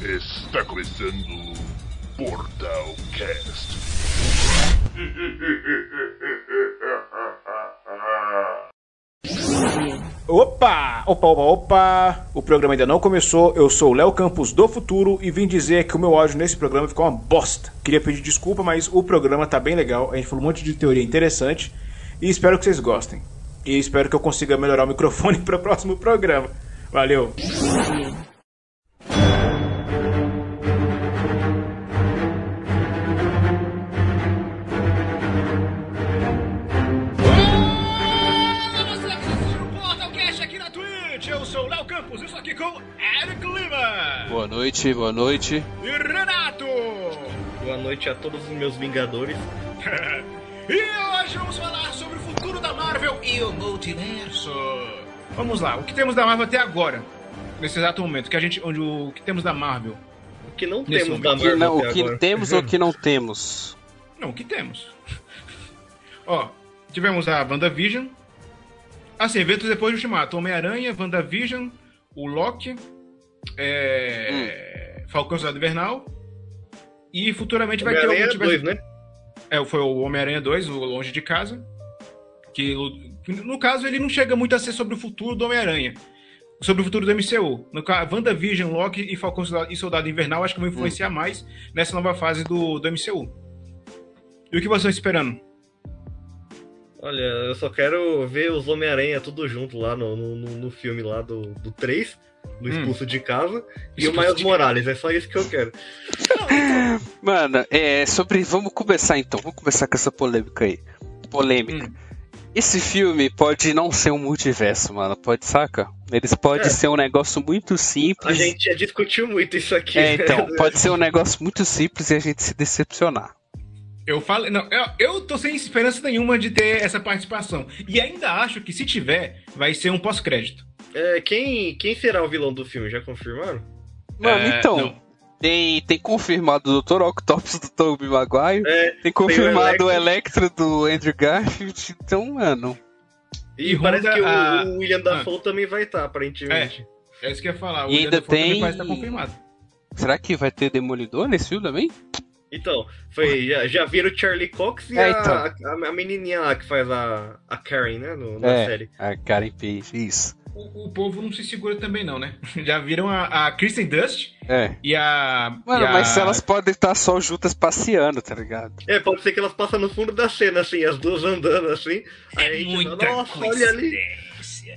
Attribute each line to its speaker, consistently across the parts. Speaker 1: Está começando o Portal Cast.
Speaker 2: Opa! Opa, opa, opa! O programa ainda não começou. Eu sou o Léo Campos do Futuro e vim dizer que o meu áudio nesse programa ficou uma bosta. Queria pedir desculpa, mas o programa tá bem legal. A gente falou um monte de teoria interessante e espero que vocês gostem. E espero que eu consiga melhorar o microfone para o próximo programa. Valeu!
Speaker 3: Você que está assistindo o Portalcast aqui na Twitch, eu sou o Léo Campos, eu estou aqui com Eric Lima
Speaker 4: Boa noite, boa noite.
Speaker 3: e Renato.
Speaker 5: Boa noite a todos os meus Vingadores.
Speaker 3: e hoje vamos falar sobre o futuro da Marvel e o multiverso. Vamos lá, o que temos da Marvel até agora? Nesse exato momento, que a gente, onde o, o que temos da Marvel?
Speaker 5: O que não
Speaker 3: Nesse
Speaker 5: temos
Speaker 3: momento.
Speaker 5: da
Speaker 4: O que,
Speaker 5: Marvel
Speaker 4: não,
Speaker 5: até
Speaker 4: o que
Speaker 5: agora.
Speaker 4: temos ou o que não temos?
Speaker 3: Não, o que temos? Ó, tivemos a WandaVision. Assim, eventos depois do Ultimato. Homem-Aranha, WandaVision, o Loki, é...
Speaker 5: Hum.
Speaker 3: Falcão Soldado Invernal. E futuramente vai ter o
Speaker 5: Homem-Aranha
Speaker 3: multiverso.
Speaker 5: 2, né?
Speaker 3: É, foi o Homem-Aranha 2, o Longe de Casa. Que, que, no caso, ele não chega muito a ser sobre o futuro do Homem-Aranha. Sobre o futuro do MCU. No caso, WandaVision, Loki e Falcão Soldado- e Soldado Invernal acho que vão influenciar mais nessa nova fase do, do MCU. E o que vocês estão esperando?
Speaker 5: Olha, eu só quero ver os Homem-Aranha tudo junto lá no, no, no- no filme lá do, do 3, do
Speaker 3: Hum.
Speaker 5: Expulso de Casa, e
Speaker 3: Expulso
Speaker 5: o Miles
Speaker 3: de
Speaker 5: Morales, é só isso que eu quero.
Speaker 4: Mano, é sobre. Vamos começar então, vamos começar com essa polêmica aí. Polêmica.
Speaker 5: Hum.
Speaker 4: Esse filme pode não ser um multiverso, mano. Pode, saca? Eles podem
Speaker 5: É.
Speaker 4: ser um negócio muito simples.
Speaker 5: A gente já discutiu muito isso aqui.
Speaker 4: É, então,
Speaker 5: né?
Speaker 4: pode ser um negócio muito simples e a gente se decepcionar.
Speaker 3: Eu falei, não, eu, eu tô sem esperança nenhuma de ter essa participação. E ainda acho que se tiver, vai ser um pós-crédito.
Speaker 5: É, quem, quem será o vilão do filme? Já confirmaram?
Speaker 4: Mano,
Speaker 3: É,
Speaker 4: então,
Speaker 3: não.
Speaker 4: tem, tem confirmado o Dr. Octopus do Tobey Maguire,
Speaker 5: É,
Speaker 4: tem confirmado o Electro do Andrew Garfield, então, mano.
Speaker 5: e,
Speaker 3: E
Speaker 5: parece
Speaker 3: Honda,
Speaker 5: que o,
Speaker 3: a- Ah.
Speaker 5: o William Dafoe também vai estar, aparentemente.
Speaker 3: É isso que eu ia falar. O
Speaker 4: E
Speaker 3: William
Speaker 4: ainda
Speaker 3: Dafoe também
Speaker 4: tem-
Speaker 3: parece estar confirmado.
Speaker 4: Será que vai ter Demolidor nesse filme também?
Speaker 5: Então, foi, já, já viram o Charlie Cox e
Speaker 4: É,
Speaker 5: a-
Speaker 4: então.
Speaker 5: a, a menininha lá que faz a, a Karen, né, no- na
Speaker 4: É.
Speaker 5: série.
Speaker 4: A Karen Page, isso.
Speaker 3: O, o povo não se segura também, não, né? Já viram a, a Kristen Dust
Speaker 4: É.
Speaker 3: e a.
Speaker 4: Mano,
Speaker 3: e a-
Speaker 4: mas se elas podem estar só juntas passeando, tá ligado?
Speaker 5: É, pode ser que elas passam no fundo da cena, assim, as duas andando, assim.
Speaker 3: É
Speaker 5: aí a gente
Speaker 3: muita
Speaker 5: fala, Nossa, olha ali.
Speaker 3: coincidência.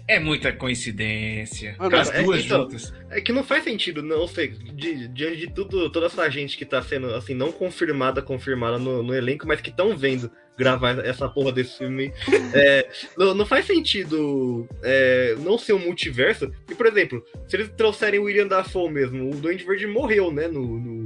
Speaker 3: É muita coincidência.
Speaker 4: Mano,
Speaker 3: As
Speaker 5: é-
Speaker 3: duas
Speaker 5: então-
Speaker 3: juntas.
Speaker 5: É que não faz sentido, não sei, di- diante de tudo, toda essa gente que tá sendo, assim, não confirmada, confirmada no, no elenco, mas que estão vendo gravar essa porra desse filme. É, não, não faz sentido é, não ser um multiverso. E, por exemplo, se eles trouxerem o William Dafoe mesmo, o Duende Verde morreu, né, no, no,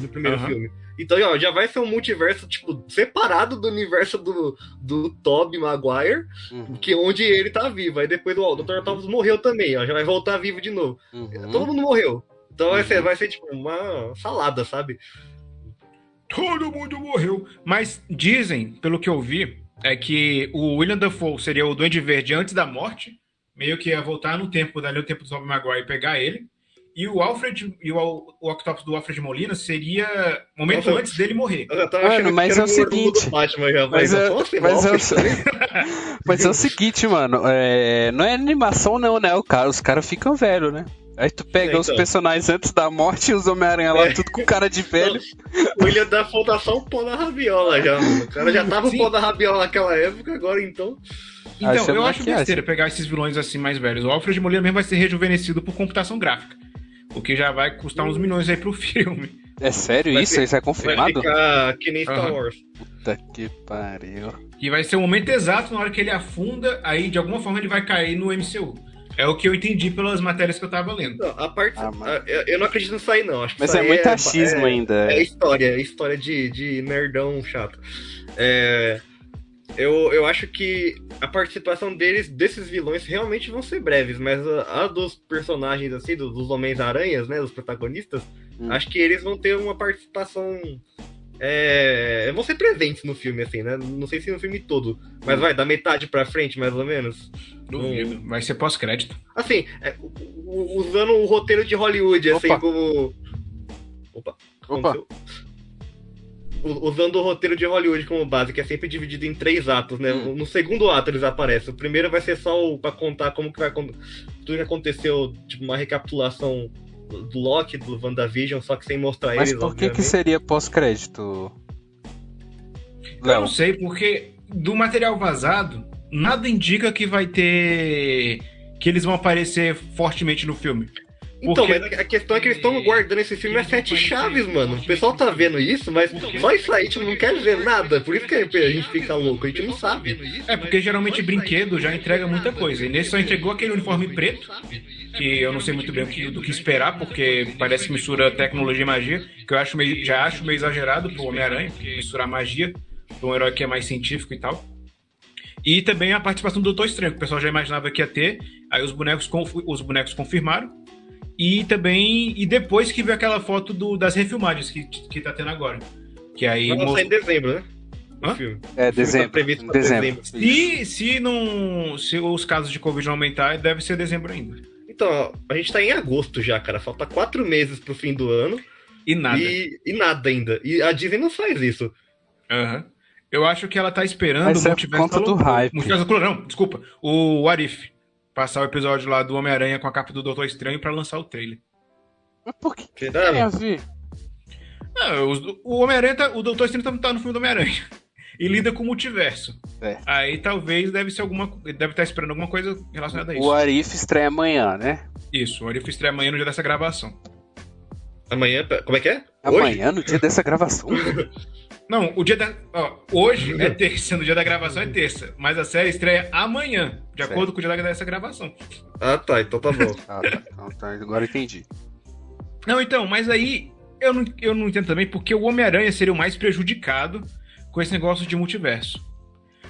Speaker 5: no primeiro
Speaker 3: Aham.
Speaker 5: filme. Então, ó, já vai ser um multiverso, tipo, separado do universo do, do Tobey Maguire,
Speaker 4: Uhum,
Speaker 5: que onde ele tá vivo. Aí depois, ó, o Dr. Octopus morreu também, ó, já vai voltar vivo de novo.
Speaker 4: uhum.
Speaker 5: Todo mundo morreu. Então vai ser, vai ser tipo uma salada, sabe?
Speaker 3: Todo mundo morreu. Mas dizem, pelo que eu vi, é que o William Dafoe seria o Duende Verde antes da morte. Meio que ia voltar no tempo, dali o tempo do Tobey Maguire e pegar ele. E o Alfred, e o, Al- o Octopus do Alfred Molina seria momento
Speaker 5: Nossa.
Speaker 3: antes dele morrer.
Speaker 5: Eu já tava
Speaker 4: Mano,
Speaker 5: achando
Speaker 4: mas
Speaker 5: que
Speaker 4: é o
Speaker 5: era Mordomo
Speaker 4: seguinte.
Speaker 5: do Batman, já,
Speaker 4: Mas, é,
Speaker 5: assim,
Speaker 4: mas, é, o- mas é o seguinte, mano. é, não é animação, não, né? O cara, os caras ficam velhos, né? Aí tu pega
Speaker 5: É,
Speaker 4: os
Speaker 5: então.
Speaker 4: personagens antes da morte e os Homem-Aranha lá,
Speaker 5: É.
Speaker 4: tudo com cara de velho.
Speaker 5: o William da tá só o pó da rabiola já, mano. O cara já tava
Speaker 3: Sim.
Speaker 5: o pó da rabiola naquela época, agora então.
Speaker 3: Então,
Speaker 4: Acho
Speaker 3: eu
Speaker 4: uma
Speaker 3: acho
Speaker 4: maquiagem.
Speaker 3: besteira pegar esses vilões assim mais velhos. O Alfred Molina mesmo vai ser rejuvenescido por computação gráfica. O que já vai custar uns milhões aí pro filme.
Speaker 4: É sério
Speaker 5: Vai
Speaker 4: isso?
Speaker 5: fi-
Speaker 4: Isso
Speaker 5: Vai
Speaker 4: é confirmado?
Speaker 5: ficar que nem Star
Speaker 3: Aham.
Speaker 5: Wars.
Speaker 4: Puta que pariu.
Speaker 3: E vai ser o momento exato na hora que ele afunda, aí de alguma forma ele vai cair no MCU. É o que eu entendi pelas matérias que eu tava lendo.
Speaker 5: Não, a parte.
Speaker 4: Ah, mano.
Speaker 5: a- eu, eu não acredito nisso aí, não. Acho que
Speaker 4: Mas
Speaker 5: isso
Speaker 4: é
Speaker 5: aí
Speaker 4: muito achismo
Speaker 5: é-
Speaker 4: ainda.
Speaker 5: É história, é história de, de nerdão chato. É, eu, eu acho que a participação deles, desses vilões, realmente vão ser breves, mas a, a dos personagens, assim, do- dos Homens-Aranhas, né, dos protagonistas,
Speaker 4: Hum.
Speaker 5: acho que eles vão ter uma participação é, vão ser presentes no filme, assim, né? Não sei se no filme todo, mas vai, da metade pra frente, mais ou menos.
Speaker 3: Duvido. Vai ser pós-crédito.
Speaker 5: Assim, é, u- u- usando o roteiro de Hollywood, assim,
Speaker 4: Opa.
Speaker 5: como. Opa.
Speaker 4: Opa.
Speaker 5: aconteceu? U- Usando o roteiro de Hollywood como base, que é sempre dividido em três atos, né?
Speaker 4: Hum.
Speaker 5: No segundo ato eles aparecem. O primeiro vai ser só o, pra contar como que vai acon- tudo que aconteceu, tipo, uma recapitulação do Loki, do WandaVision, só que sem mostrar
Speaker 4: Mas
Speaker 5: eles.
Speaker 4: por que que
Speaker 5: obviamente.
Speaker 4: seria pós-crédito?
Speaker 3: Eu
Speaker 4: Léo,
Speaker 3: não sei, porque do material vazado, nada indica que vai ter. que eles vão aparecer fortemente no filme.
Speaker 5: Então,
Speaker 3: Porque-
Speaker 5: mas a a questão é que eles estão guardando esse filme a sete chaves, mano. O pessoal tá vendo isso, mas
Speaker 4: Então,
Speaker 5: só isso aí, tipo, não quer dizer nada. Por isso que a gente fica louco, a gente não
Speaker 4: tá
Speaker 5: sabe.
Speaker 3: É, porque geralmente brinquedo já entrega muita coisa. E nesse só entregou aquele uniforme preto, que eu não sei muito bem o que, do que esperar, porque parece que mistura tecnologia e magia, que eu acho meio, já acho meio exagerado pro Homem-Aranha, misturar magia, pra um herói que é mais científico e tal. E também a participação do Doutor Estranho, que o pessoal já imaginava que ia ter, aí os bonecos, conf- os bonecos confirmaram. E também. E depois que veio aquela foto do- das refilmagens que, que tá tendo agora. Que aí.
Speaker 5: Vai lançar
Speaker 3: mostrou-
Speaker 5: em dezembro, né?
Speaker 3: Hã?
Speaker 5: O filme.
Speaker 4: é
Speaker 5: O filme tá
Speaker 4: dezembro.
Speaker 5: previsto pra
Speaker 4: dezembro.
Speaker 3: E se não. Se os casos de Covid não aumentar, deve ser dezembro ainda.
Speaker 5: Então, ó, a gente tá em agosto já, cara. Falta quatro meses pro fim do ano
Speaker 3: E nada.
Speaker 5: e, e nada ainda. E a Disney não faz isso.
Speaker 3: Aham. Eu acho que ela tá esperando
Speaker 4: Mas
Speaker 3: o
Speaker 4: é
Speaker 3: multiverso
Speaker 4: por conta
Speaker 3: da
Speaker 4: do
Speaker 3: loucura.
Speaker 4: hype.
Speaker 3: Multiverso da loucura, não, desculpa. O Arif. Passar o episódio lá do Homem-Aranha com a capa do Doutor Estranho pra lançar o trailer.
Speaker 4: Mas por que é. que
Speaker 5: Será?
Speaker 4: tem a ver?
Speaker 3: Ah, os- o Homem-Aranha tá- O Doutor Estranho tá, tá no filme do Homem-Aranha. E
Speaker 4: Hum.
Speaker 3: lida com o multiverso.
Speaker 4: É.
Speaker 3: Aí talvez deve ser alguma. Deve estar esperando alguma coisa relacionada a isso.
Speaker 4: O Arif estreia amanhã, né?
Speaker 3: Isso, o Arif estreia amanhã no dia dessa gravação.
Speaker 5: Amanhã, pe- como é que é? Hoje?
Speaker 4: Amanhã, no dia dessa gravação.
Speaker 3: Não, o dia da. ó, hoje é terça, no dia da gravação é terça. Mas a série estreia amanhã, de
Speaker 4: Certo.
Speaker 3: acordo com o dia da- dessa gravação.
Speaker 5: Ah, tá, então tá bom.
Speaker 4: Ah, tá. Então, tá, agora eu entendi.
Speaker 3: Não, então, mas aí eu não, eu não entendo também porque o Homem-Aranha seria o mais prejudicado com esse negócio de multiverso.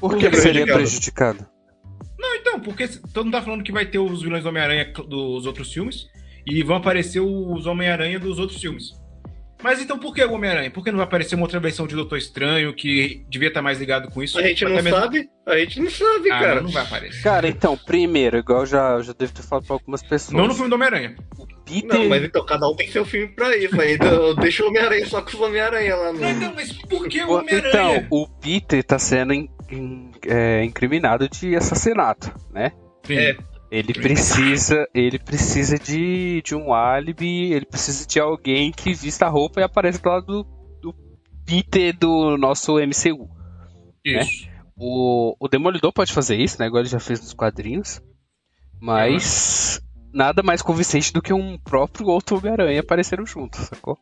Speaker 4: Por
Speaker 5: Por
Speaker 4: que
Speaker 5: que
Speaker 4: ele seria
Speaker 5: prejudicado?
Speaker 4: prejudicado?
Speaker 3: Não, então, porque se- todo mundo tá falando que vai ter os vilões do Homem-Aranha cl- dos outros filmes e vão aparecer os Homem-Aranha dos outros filmes. Mas então por que o Homem-Aranha? Por que não vai aparecer uma outra versão de Doutor Estranho que devia estar mais ligado com isso?
Speaker 5: A gente
Speaker 3: Até
Speaker 5: não
Speaker 3: mesmo-
Speaker 5: sabe? A gente não sabe,
Speaker 3: Ah,
Speaker 5: cara.
Speaker 3: não, não vai aparecer.
Speaker 4: Cara, então, primeiro, igual eu já, eu já devo ter falado pra algumas pessoas.
Speaker 3: Não no filme do Homem-Aranha.
Speaker 4: Peter,
Speaker 5: Não, mas então, cada um tem seu filme pra isso. Aí então, deixa o Homem-Aranha só com o Homem-Aranha lá no.
Speaker 3: Não, então, mas por que o
Speaker 4: o- então,
Speaker 3: Homem-Aranha?
Speaker 4: o Peter tá sendo in- in- é, incriminado de assassinato, né?
Speaker 3: Sim.
Speaker 5: É.
Speaker 4: Ele precisa, ele precisa de, de um álibi, ele precisa de alguém que vista a roupa e apareça do lado do, do Peter do nosso MCU.
Speaker 3: Isso.
Speaker 4: O, o Demolidor pode fazer isso, né? Igual ele já fez nos quadrinhos. Mas nada mais convincente do que um próprio outro Homem-Aranha apareceram juntos, sacou?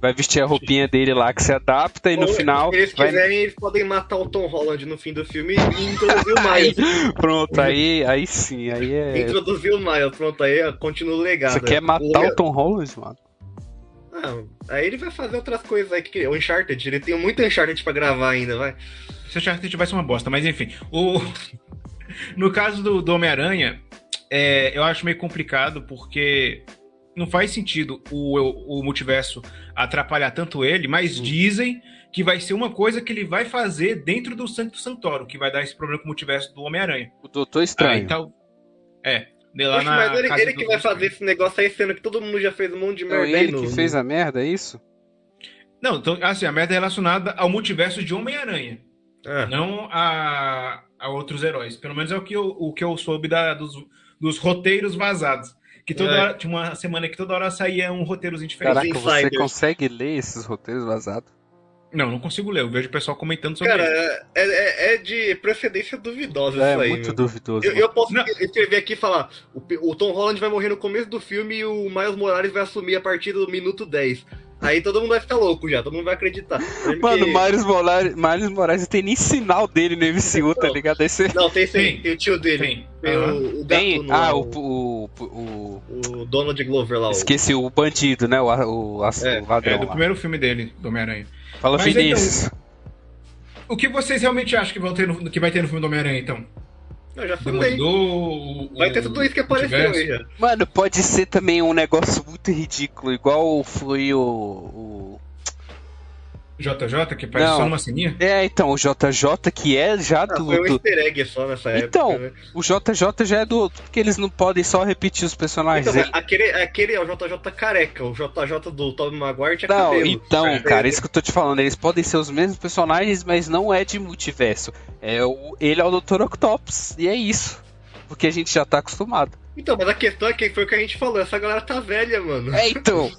Speaker 4: Vai vestir a roupinha dele lá que se adapta e no
Speaker 5: Ou,
Speaker 4: final.
Speaker 5: Se eles
Speaker 4: vai...
Speaker 5: quiserem, eles podem matar o Tom Holland no fim do filme e introduzir o Miles.
Speaker 4: Pronto, aí, aí sim, aí é.
Speaker 5: Introduzir o Miles, pronto, aí continua o legado.
Speaker 4: Você quer matar o Tom Holland, mano?
Speaker 5: Ah, aí ele vai fazer outras coisas aí que o Uncharted, ele tem muito Uncharted pra gravar ainda, vai.
Speaker 3: Se achar que tivesse uma bosta, mas enfim. O... No caso do, do Homem-Aranha, é, eu acho meio complicado porque não faz sentido o, o, o multiverso atrapalhar tanto ele, mas dizem que vai ser uma coisa que ele vai fazer dentro do Santo Santoro, que vai dar esse problema com o multiverso do Homem-Aranha.
Speaker 4: O Doutor
Speaker 3: Aí
Speaker 4: Estranho.
Speaker 3: tal. É. de lá
Speaker 5: Poxa,
Speaker 3: na
Speaker 5: mas ele,
Speaker 3: casa
Speaker 5: ele
Speaker 3: do-
Speaker 5: que vai fazer esse negócio aí, sendo que todo mundo já fez um monte de
Speaker 4: Então,
Speaker 5: merda aí
Speaker 4: ele
Speaker 5: no...
Speaker 4: que fez a merda, é isso?
Speaker 3: Não, então, assim, a merda é relacionada ao multiverso de Homem-Aranha.
Speaker 5: Ah,
Speaker 3: Não a, a outros heróis. Pelo menos é o que eu, o que eu soube da- dos, dos roteiros vazados. Que toda
Speaker 5: É.
Speaker 3: hora, tinha uma semana que toda hora saía um roteirozinho diferente.
Speaker 4: Caraca, você
Speaker 5: insiders.
Speaker 4: consegue ler esses roteiros vazados?
Speaker 3: Não, não consigo ler. Eu vejo o pessoal comentando sobre
Speaker 5: cara,
Speaker 3: isso.
Speaker 5: é, é- é de precedência duvidosa
Speaker 4: É
Speaker 5: isso aí,
Speaker 4: muito
Speaker 5: meu.
Speaker 4: duvidoso.
Speaker 5: Eu, eu posso
Speaker 3: Não.
Speaker 5: escrever aqui e falar: o, P- o Tom Holland vai morrer no começo do filme e o Miles Morales vai assumir a partir do minuto 10. Aí todo mundo vai ficar louco já, todo mundo vai acreditar. Lembra
Speaker 4: Mano,
Speaker 5: que-
Speaker 4: o Miles Moraes, Miles Moraes não tem nem sinal dele no MCU, tá ligado? Aí você
Speaker 5: Não, tem sim,
Speaker 3: Tem.
Speaker 5: tem o tio dele.
Speaker 3: Enfim,
Speaker 5: Tem
Speaker 3: aham.
Speaker 5: o, o
Speaker 4: tem.
Speaker 5: gatuno
Speaker 4: Ah,
Speaker 5: lá,
Speaker 4: o, o, o- o-
Speaker 5: o Donald Glover lá. o-
Speaker 4: Esqueci o bandido, né? O, a- o, a-
Speaker 5: Oh. É,
Speaker 4: o
Speaker 3: É
Speaker 4: ladrão.
Speaker 3: do
Speaker 4: lá.
Speaker 3: primeiro filme dele, do Homem-Aranha.
Speaker 4: Fala,
Speaker 3: Mas
Speaker 5: então,
Speaker 4: Vinícius.
Speaker 3: O que vocês realmente acham que, vão ter no- que vai ter no filme do Homem-Aranha, então?
Speaker 5: Eu já falei.
Speaker 3: Demolidor, o- o-
Speaker 5: Vai ter tudo isso que
Speaker 3: o
Speaker 5: apareceu
Speaker 3: um multiverso?
Speaker 5: aí já.
Speaker 4: Mano, pode ser também um negócio muito ridículo, igual foi o. o...
Speaker 3: JJ, que aparece
Speaker 4: Não.
Speaker 3: só numa ceninha?
Speaker 4: É, então, o JJ, que é já
Speaker 5: Ah,
Speaker 4: do.
Speaker 5: foi um
Speaker 4: do-
Speaker 5: easter egg só nessa
Speaker 4: Então,
Speaker 5: época, né?
Speaker 4: o JJ já é do. Porque eles não podem só repetir os personagens.
Speaker 5: Então, mas
Speaker 4: Ele-
Speaker 5: aquele, aquele é o JJ careca, o JJ do Tobey Maguire tinha
Speaker 4: Não,
Speaker 5: cabelo.
Speaker 4: então,
Speaker 5: É.
Speaker 4: cara, isso que eu tô te falando. Eles podem ser os mesmos personagens, mas não é de multiverso. É o... Ele é o Dr. Octopus. E é isso. Porque a gente já tá acostumado.
Speaker 5: Então, mas a questão é que foi o que a gente falou, essa galera tá velha, mano.
Speaker 4: É, então.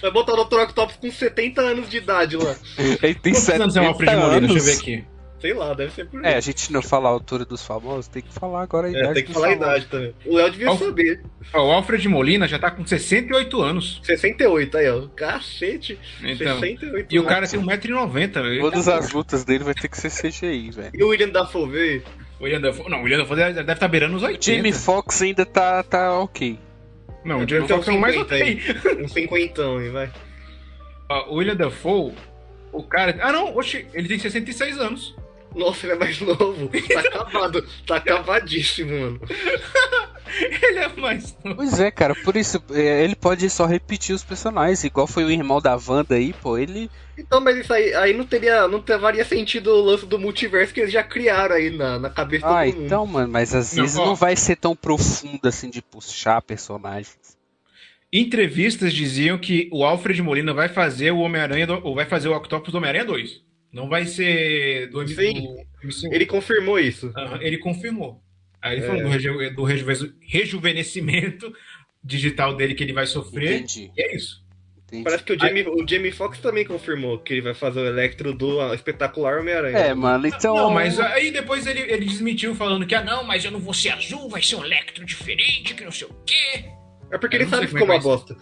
Speaker 5: Vai botar o Dr. Octopus com 70 anos de idade lá.
Speaker 4: Ele tem
Speaker 3: Quantos anos é o
Speaker 4: 70
Speaker 3: Alfred Molina? Deixa eu ver
Speaker 4: anos.
Speaker 3: aqui.
Speaker 5: Sei lá, deve ser por
Speaker 4: É,
Speaker 5: aí.
Speaker 4: a gente não fala a altura dos famosos, tem que falar agora a idade.
Speaker 5: É, tem que
Speaker 4: dos
Speaker 5: falar a
Speaker 4: famosos.
Speaker 5: idade também. O Léo devia
Speaker 3: Ó,
Speaker 5: saber.
Speaker 3: Ó, o Alfred Molina já tá com 68 anos.
Speaker 5: 68 aí, ó. Cacete.
Speaker 3: Então.
Speaker 5: 68
Speaker 3: E o
Speaker 5: anos.
Speaker 3: cara tem 1,90m.
Speaker 4: Todas as lutas dele vai ter que ser CGI, velho.
Speaker 5: E o William Dafoe veio?
Speaker 3: O William Dafoe, não, o William Dafoe deve estar beirando os 80.
Speaker 4: Jamie Foxx ainda tá, tá ok.
Speaker 3: não, o Jamie
Speaker 5: Então,
Speaker 3: Foxx é o mais
Speaker 5: 50
Speaker 3: ok.
Speaker 5: aí. Um cinquentão aí, vai.
Speaker 3: Ó, O William Dafoe, o cara... Ah, não, oxe, ele tem 66 anos.
Speaker 5: Nossa, ele é mais novo. Tá acabado. Tá acabadíssimo, mano.
Speaker 3: Ele é mais...
Speaker 4: Pois é, cara, por isso é, ele pode só repetir os personagens, igual foi o irmão da Wanda aí, pô. Ele.
Speaker 5: Então, mas isso aí, aí não teria, não teria sentido o lance do multiverso que eles já criaram aí na, na cabeça
Speaker 4: Ah,
Speaker 5: do mundo.
Speaker 4: então, mano, mas às
Speaker 3: Não,
Speaker 4: vezes
Speaker 3: ó.
Speaker 4: não vai ser tão profundo assim de puxar personagens.
Speaker 3: Em Entrevistas diziam que o Alfred Molina vai fazer o Homem-Aranha, do- ou vai fazer o Octopus do Homem-Aranha 2. Não vai ser do, M-
Speaker 5: Sim.
Speaker 3: do MCU.
Speaker 5: Ele confirmou isso.
Speaker 3: Aham, ele confirmou. Aí ele falou do, reju- do rejuve- rejuvenescimento digital dele que ele vai sofrer.
Speaker 4: Entendi.
Speaker 3: E é isso.
Speaker 4: entendi.
Speaker 5: Parece que o Jamie, o Jamie Foxx também confirmou que ele vai fazer o Electro do ah, espetacular Homem-Aranha.
Speaker 4: É, mano, então.
Speaker 3: Não, mas ah, aí depois ele, ele desmentiu falando que, ah, não, mas eu não vou ser azul, vai ser um Electro diferente, que não sei o quê.
Speaker 5: É porque
Speaker 3: Eu
Speaker 5: ele
Speaker 3: não
Speaker 5: sabe que
Speaker 3: sei
Speaker 5: ficou
Speaker 3: como é
Speaker 5: uma
Speaker 3: que
Speaker 5: bosta.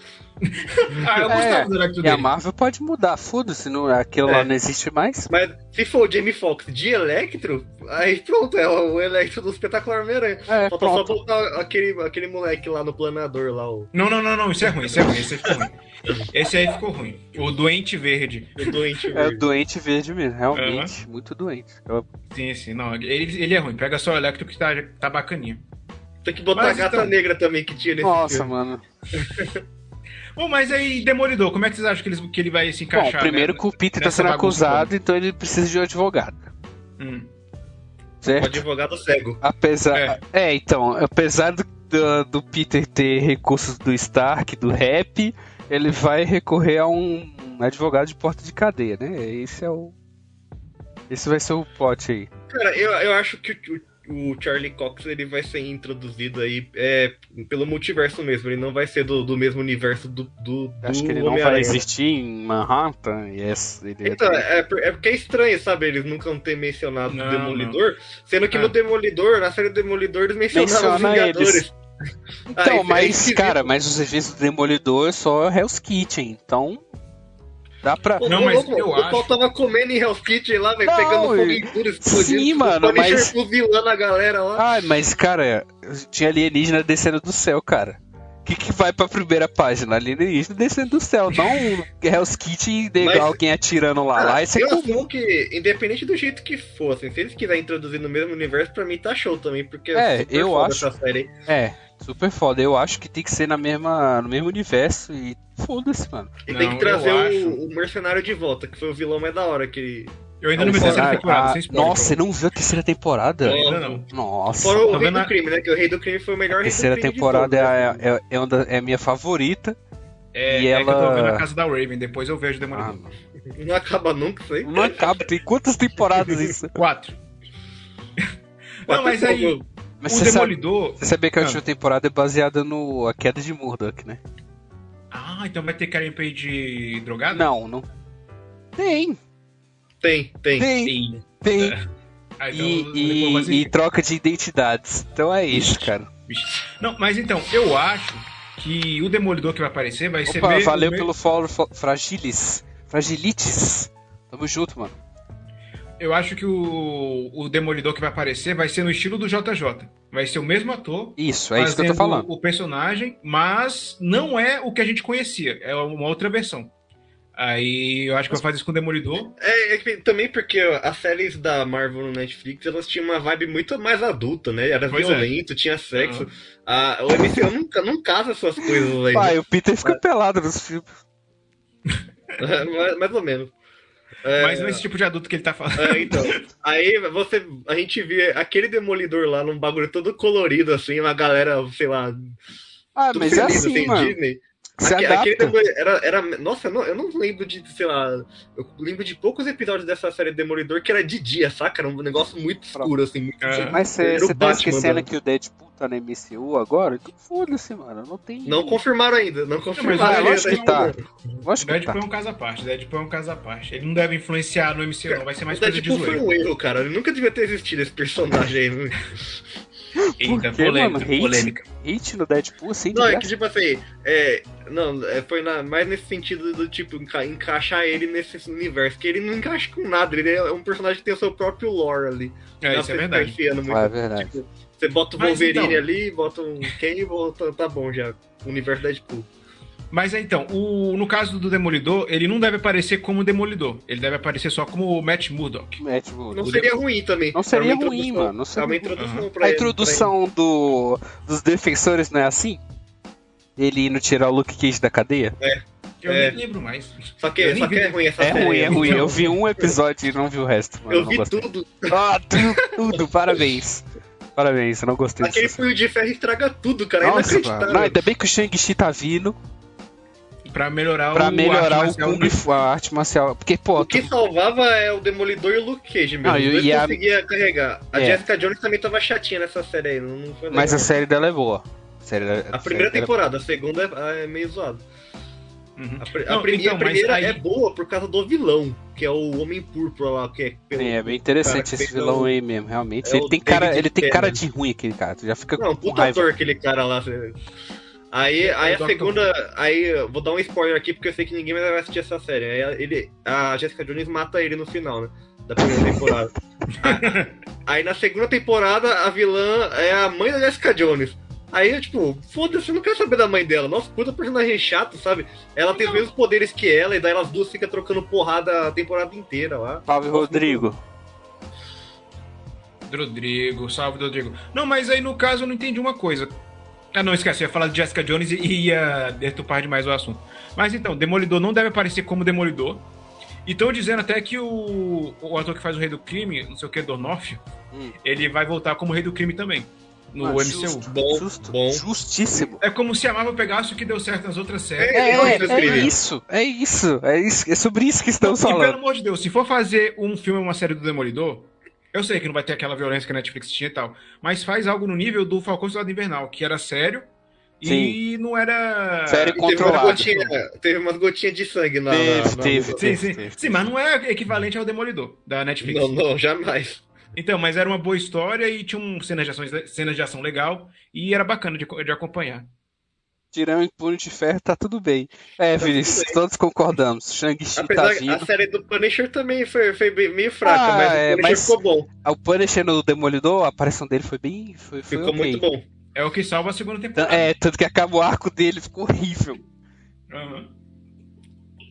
Speaker 3: Ah, eu
Speaker 4: É,
Speaker 3: gostava do Electro
Speaker 4: E a
Speaker 3: dele.
Speaker 4: Marvel pode mudar, foda-se, não, aquilo
Speaker 5: É.
Speaker 4: lá não existe mais.
Speaker 5: Mas se for o Jamie Foxx de Electro, aí pronto, é o Electro do espetacular Homem-Aranha.
Speaker 4: É,
Speaker 5: Falta só
Speaker 4: pronto.
Speaker 5: botar aquele, aquele moleque lá no planador lá, o,
Speaker 3: Não, não, não, não, isso é ruim, isso é ruim, esse aí ficou ruim. Esse aí ficou ruim. O Doente Verde.
Speaker 5: o doente
Speaker 4: É
Speaker 5: verde.
Speaker 4: doente verde mesmo,
Speaker 3: É.
Speaker 4: realmente, muito doente. Eu-
Speaker 3: Sim, sim, não, ele, ele é ruim. Pega só o Electro que tá, tá bacaninha.
Speaker 5: Tem que botar
Speaker 3: Mas
Speaker 5: a gata
Speaker 3: então-
Speaker 5: negra também que tinha nesse
Speaker 4: Nossa,
Speaker 5: filme.
Speaker 4: mano.
Speaker 3: Bom, mas aí, Demolidor, como é que vocês acham que, eles, que ele vai se
Speaker 4: Bom,
Speaker 3: encaixar?
Speaker 4: primeiro
Speaker 3: né?
Speaker 4: que o Peter tá
Speaker 3: nessa
Speaker 4: sendo
Speaker 3: bagunça
Speaker 4: acusado, então ele precisa de um advogado,
Speaker 3: Hum.
Speaker 5: O
Speaker 4: certo?
Speaker 5: advogado cego.
Speaker 4: Apesar. É, então, apesar do, do, do Peter ter recursos do Stark, do rap, ele vai recorrer a um advogado de porta de cadeia, né? Esse é o. Esse vai ser o pote aí.
Speaker 5: Cara, eu, eu acho que o, o Charlie Cox ele vai ser introduzido aí é, pelo multiverso mesmo. Ele não vai ser do, do mesmo universo do, do, do
Speaker 4: Acho que ele não vai
Speaker 5: Homem-Aranha.
Speaker 4: existir em Manhattan. e esse- ele é-
Speaker 5: Então, é, por- é porque é estranho, sabe? Eles nunca vão ter mencionado
Speaker 3: Não,
Speaker 5: o Demolidor. Sendo que
Speaker 3: É.
Speaker 5: no Demolidor, na série Demolidor, eles mencionaram
Speaker 4: Menciona
Speaker 5: os Vingadores.
Speaker 4: é eles.
Speaker 5: Ah, isso
Speaker 4: Então,
Speaker 5: é
Speaker 4: mas,
Speaker 5: esquisito.
Speaker 4: cara, mas os serviços do Demolidor é só Hell's Kitchen, então. Dá pra.
Speaker 5: Pô,
Speaker 3: Não,
Speaker 5: ô,
Speaker 3: mas
Speaker 5: louco,
Speaker 3: eu
Speaker 5: o pessoal
Speaker 3: acho-
Speaker 5: tava comendo em Hell's Kitchen lá, velho,
Speaker 4: Não,
Speaker 5: pegando fogo
Speaker 4: e-
Speaker 5: em tudo, explodindo. um
Speaker 4: Sim, mano,
Speaker 5: o Punisher
Speaker 4: mas-
Speaker 5: fuzilando a galera lá.
Speaker 4: Ai, mas, cara, tinha alienígena descendo do céu, cara. O que, que vai pra primeira página? Alienígena descendo do céu, não um Hell's Kitchen e
Speaker 5: Mas- Ah,
Speaker 4: legal alguém atirando lá. lá isso é
Speaker 5: eu
Speaker 4: comum.
Speaker 5: assumo que, independente do jeito que for, assim, se eles quiserem introduzir no mesmo universo, pra mim tá show também, porque
Speaker 4: É,
Speaker 5: super
Speaker 4: eu
Speaker 5: foda
Speaker 4: acho.
Speaker 5: essa série.
Speaker 4: É, super foda. Eu acho que tem que ser na mesma, no mesmo universo e foda-se, mano.
Speaker 5: E
Speaker 3: Não,
Speaker 5: tem que trazer
Speaker 3: eu
Speaker 5: o,
Speaker 3: acho.
Speaker 5: o mercenário de volta, que foi o vilão mais da hora que.
Speaker 3: Eu ainda não vi a
Speaker 4: Caralho,
Speaker 3: terceira temporada,
Speaker 4: a-
Speaker 3: sem spoiler.
Speaker 4: Ah, Nossa, você não viu a terceira temporada?
Speaker 5: É.
Speaker 3: ainda não.
Speaker 4: Nossa.
Speaker 5: Fora o
Speaker 3: tá
Speaker 5: Rei
Speaker 3: vendo
Speaker 5: do
Speaker 3: a-
Speaker 5: Crime, né? Que o Rei do Crime foi o melhor Rei
Speaker 4: A
Speaker 5: do
Speaker 4: terceira
Speaker 5: Crime de
Speaker 4: temporada
Speaker 5: todos, assim.
Speaker 4: é, é, é, uma da- é a minha favorita.
Speaker 3: É,
Speaker 4: E
Speaker 3: é que eu tô
Speaker 4: ela-
Speaker 3: vendo a casa da Raven, depois eu vejo o
Speaker 4: Ah,
Speaker 3: Demolidor.
Speaker 4: mano.
Speaker 5: Não acaba nunca isso aí.
Speaker 4: não acaba, tem quantas temporadas isso?
Speaker 3: Quatro. não,
Speaker 5: Quatro
Speaker 3: mas aí,
Speaker 5: pontos.
Speaker 4: Mas
Speaker 3: o
Speaker 4: você sabe,
Speaker 3: Demolidor...
Speaker 4: você sabia que a
Speaker 3: Ah.
Speaker 4: última temporada é baseada no A Queda de Murdoch, né?
Speaker 3: Ah, então vai ter Karen Page drogada?
Speaker 4: Não, não. Tem,
Speaker 5: Tem, tem.
Speaker 4: tem,
Speaker 3: Sim.
Speaker 4: tem.
Speaker 3: Ah, então
Speaker 4: E,
Speaker 3: depois eu vou
Speaker 4: e,
Speaker 3: assistir.
Speaker 4: e troca de identidades. Então é isso, cara.
Speaker 3: Vixe. Não, mas então, eu acho que o Demolidor que vai aparecer vai ser...
Speaker 4: Opa,
Speaker 3: meio-
Speaker 4: valeu
Speaker 3: meio-
Speaker 4: pelo follow, fo- Fragilis. Fragilites. Tamo junto, mano.
Speaker 3: Eu acho que o, o Demolidor que vai aparecer vai ser no estilo do JJ. Vai ser o mesmo ator.
Speaker 4: Isso, é isso que eu tô
Speaker 3: fazendo
Speaker 4: falando.
Speaker 3: O personagem, mas não é o que a gente conhecia. É uma outra versão. Aí eu acho que vai fazer isso com o Demolidor.
Speaker 5: É, é que também porque as séries da Marvel no Netflix, elas tinham uma vibe muito mais adulta, né? Era
Speaker 3: Pois é.
Speaker 5: violento, tinha sexo. Ah, o MCU nunca, não casa essas
Speaker 4: Ah,
Speaker 5: coisas aí. né?
Speaker 4: Pai, o Peter fica pelado nos filmes.
Speaker 5: mais, mais ou menos. É,
Speaker 3: Mas não é esse tipo de adulto que ele tá falando.
Speaker 5: é, então. Aí você. A gente vê aquele demolidor lá num bagulho todo colorido, assim, uma galera, sei lá,
Speaker 4: Ah,
Speaker 5: tudo
Speaker 4: mas é
Speaker 5: feliz,
Speaker 4: assim,
Speaker 5: assim,
Speaker 4: mano.
Speaker 5: Disney.
Speaker 4: Se
Speaker 5: Aque- aquele
Speaker 4: adapta.
Speaker 5: Demolidor era, era. Nossa, eu não, eu não lembro de, sei lá. Eu lembro de poucos episódios dessa série Demolidor que era de dia, saca? Era um negócio muito escuro, assim. Muito...
Speaker 3: É.
Speaker 4: Mas
Speaker 5: Era
Speaker 4: você
Speaker 5: o
Speaker 4: você tá
Speaker 5: Batman,
Speaker 4: esquecendo
Speaker 5: mano.
Speaker 4: que o Deadpool tá na MCU agora? Que Foda-se, mano. Não tem.
Speaker 5: Não confirmaram ainda, não
Speaker 3: mas
Speaker 5: confirmaram
Speaker 3: eu
Speaker 5: ainda. tipo,
Speaker 3: acho que
Speaker 5: ainda.
Speaker 4: Lógico que
Speaker 3: Deadpool
Speaker 4: tá.
Speaker 3: é um caso à parte, Deadpool é um caso à parte. Ele não deve influenciar no MCU, não. Vai ser mais
Speaker 5: Mas
Speaker 3: coisa de
Speaker 5: Deadpool foi
Speaker 3: zoeiro.
Speaker 5: um erro, cara. Ele nunca devia ter existido esse personagem aí.
Speaker 4: Por
Speaker 3: Eita,
Speaker 4: quê, mano?
Speaker 3: polêmica,
Speaker 4: Hate?
Speaker 3: polêmica.
Speaker 4: Hate no Deadpool, assim, de
Speaker 5: Não, é que
Speaker 4: graça.
Speaker 5: tipo assim, é, não, é, foi na- mais nesse sentido do tipo enca- encaixar ele nesse universo, que ele não encaixa com nada, ele é um personagem que tem o seu próprio lore ali. Dá pra
Speaker 3: É, isso é
Speaker 5: você ficar
Speaker 3: verdade.
Speaker 5: enfiando muito.
Speaker 4: Ah, é verdade.
Speaker 5: Tipo, você bota o
Speaker 3: Mas
Speaker 5: Wolverine
Speaker 3: então-
Speaker 5: ali, bota um Ken e bota, tá bom já. O universo Deadpool.
Speaker 3: Mas é, então, o, no caso do Demolidor, ele não deve aparecer como Demolidor. Ele deve aparecer só como o Matt Murdock.
Speaker 4: É, tipo,
Speaker 5: Não seria ruim também.
Speaker 4: Não seria
Speaker 5: É uma
Speaker 4: ruim,
Speaker 5: introdução-
Speaker 4: mano, não seria
Speaker 5: é uma
Speaker 4: ruim.
Speaker 5: introdução pra
Speaker 4: A
Speaker 5: ele-
Speaker 4: introdução do, dos defensores não é assim? Ele indo tirar o Luke Cage da cadeia?
Speaker 3: Eu
Speaker 5: É.
Speaker 3: nem lembro mais.
Speaker 5: pra ele. Só
Speaker 3: Eu
Speaker 5: que,
Speaker 3: nem
Speaker 5: só que é
Speaker 3: vi.
Speaker 5: ruim essa
Speaker 4: É
Speaker 5: série.
Speaker 4: ruim, é ruim.
Speaker 5: Eu,
Speaker 4: Eu vi um episódio e não vi o resto, mano. não
Speaker 5: vi
Speaker 4: gostei.
Speaker 5: tudo.
Speaker 4: Ah, tudo, tudo, parabéns. Parabéns, eu não gostei
Speaker 5: Aquele
Speaker 4: disso.
Speaker 5: punho de ferro estraga tudo, cara. É
Speaker 4: Nossa, mano. Não,
Speaker 5: inacreditável.
Speaker 4: ainda bem que o Shang-Chi tá vindo
Speaker 3: Pra melhorar
Speaker 4: pra
Speaker 3: É o
Speaker 4: melhorar o
Speaker 3: arte marcial
Speaker 4: Kung Fu, a arte marcial. Porque, pô,
Speaker 5: O que salvava é o Demolidor e o Luke Cage mesmo.
Speaker 4: Não, e-
Speaker 5: Os dois
Speaker 4: e a-
Speaker 5: conseguia carregar. A
Speaker 4: É.
Speaker 5: Jessica Jones também tava chatinha nessa série aí. Não não foi
Speaker 4: mas a
Speaker 5: legal.
Speaker 4: série dela é boa. A, série dela- é
Speaker 5: a primeira
Speaker 4: série dela-
Speaker 5: temporada, a segunda é, é meio zoada.
Speaker 3: Uhum.
Speaker 5: A, pri- a
Speaker 3: Não,
Speaker 5: primeira,
Speaker 3: então,
Speaker 5: a
Speaker 3: mas
Speaker 5: primeira
Speaker 3: aí-
Speaker 5: é boa por causa do vilão, que é o Homem Púrpura lá, que é pelo-
Speaker 4: É, é bem
Speaker 5: cara
Speaker 4: interessante
Speaker 5: que
Speaker 4: esse
Speaker 5: fez
Speaker 4: vilão
Speaker 5: o-
Speaker 4: aí mesmo, realmente.
Speaker 5: é
Speaker 4: ele
Speaker 5: o
Speaker 4: tem cara,
Speaker 5: David
Speaker 4: ele tem cara
Speaker 5: Tennant.
Speaker 4: de ruim aquele cara. Tu já fica
Speaker 5: Não,
Speaker 4: com
Speaker 5: puta
Speaker 4: raiva.
Speaker 5: ator aquele cara lá. você- Aí, aí
Speaker 3: É
Speaker 5: a
Speaker 3: o Dr.
Speaker 5: segunda. Aí eu vou dar um spoiler aqui, porque eu sei que ninguém mais vai assistir essa série. Aí ele, a Jessica Jones mata ele no final, né? Da primeira temporada. A- aí na segunda temporada, a vilã é a mãe da Jessica Jones. Aí eu, tipo, foda-se, eu não quero saber da mãe dela. Nossa, puta personagem chato, sabe? Ela tem os mesmos poderes que ela, e daí elas duas ficam trocando porrada a temporada inteira lá.
Speaker 4: Pablo Rodrigo.
Speaker 3: Rodrigo, salve Rodrigo. Não, mas aí no caso eu não entendi uma coisa. Ah, não, esquece, eu ia falar de Jessica Jones e ia detupar demais o assunto. Mas então, Demolidor não deve aparecer como Demolidor. E estão dizendo até que o, o ator que faz o Rei do Crime, não sei o que, Dornoff,
Speaker 4: Hum.
Speaker 3: ele vai voltar como Rei do Crime também, no
Speaker 4: Ah,
Speaker 3: MCU.
Speaker 4: justo.
Speaker 5: Bom,
Speaker 4: Justo.
Speaker 5: bom.
Speaker 4: Justíssimo.
Speaker 3: É como se a Marvel pegasse o que deu certo nas outras séries.
Speaker 4: É,
Speaker 5: É,
Speaker 4: é,
Speaker 5: isso,
Speaker 4: é
Speaker 5: incrível.
Speaker 4: isso, é isso, é isso, é sobre isso que estamos
Speaker 3: e pelo
Speaker 4: falando.
Speaker 3: amor de Deus, se for fazer um filme ou uma série do Demolidor, eu sei que não vai ter aquela violência que a Netflix tinha e tal, mas faz algo no nível do Falcão e Soldado Invernal, que era sério e não era.
Speaker 4: Série
Speaker 5: E teve, umas
Speaker 4: Controlado.
Speaker 5: gotinhas, teve umas gotinhas de sangue na.
Speaker 4: Teve,
Speaker 5: na-
Speaker 4: teve,
Speaker 3: Sim, sim. Sim, mas não é equivalente ao Demolidor da Netflix.
Speaker 5: Não, não, jamais.
Speaker 3: Então, mas era uma boa história e tinha um cenas de, ações, cenas de ação legal e era bacana de, co- de acompanhar.
Speaker 4: Tirando o punho de ferro, tá tudo bem. É, Vinícius, todos concordamos. Shang-Chi tá
Speaker 5: Apesar que
Speaker 4: vindo.
Speaker 5: a série do Punisher também foi, foi bem- meio fraca,
Speaker 4: Ah,
Speaker 5: mas
Speaker 4: é,
Speaker 5: o Punisher
Speaker 4: mas-
Speaker 5: ficou bom.
Speaker 4: O Punisher no Demolidor, a aparição dele foi bem. Foi, foi
Speaker 5: Ficou
Speaker 4: ok.
Speaker 5: muito bom.
Speaker 3: É o que salva a segunda
Speaker 4: Tan-
Speaker 3: temporada.
Speaker 4: É, tanto que acaba o arco dele, ficou horrível. Então,
Speaker 3: Aham.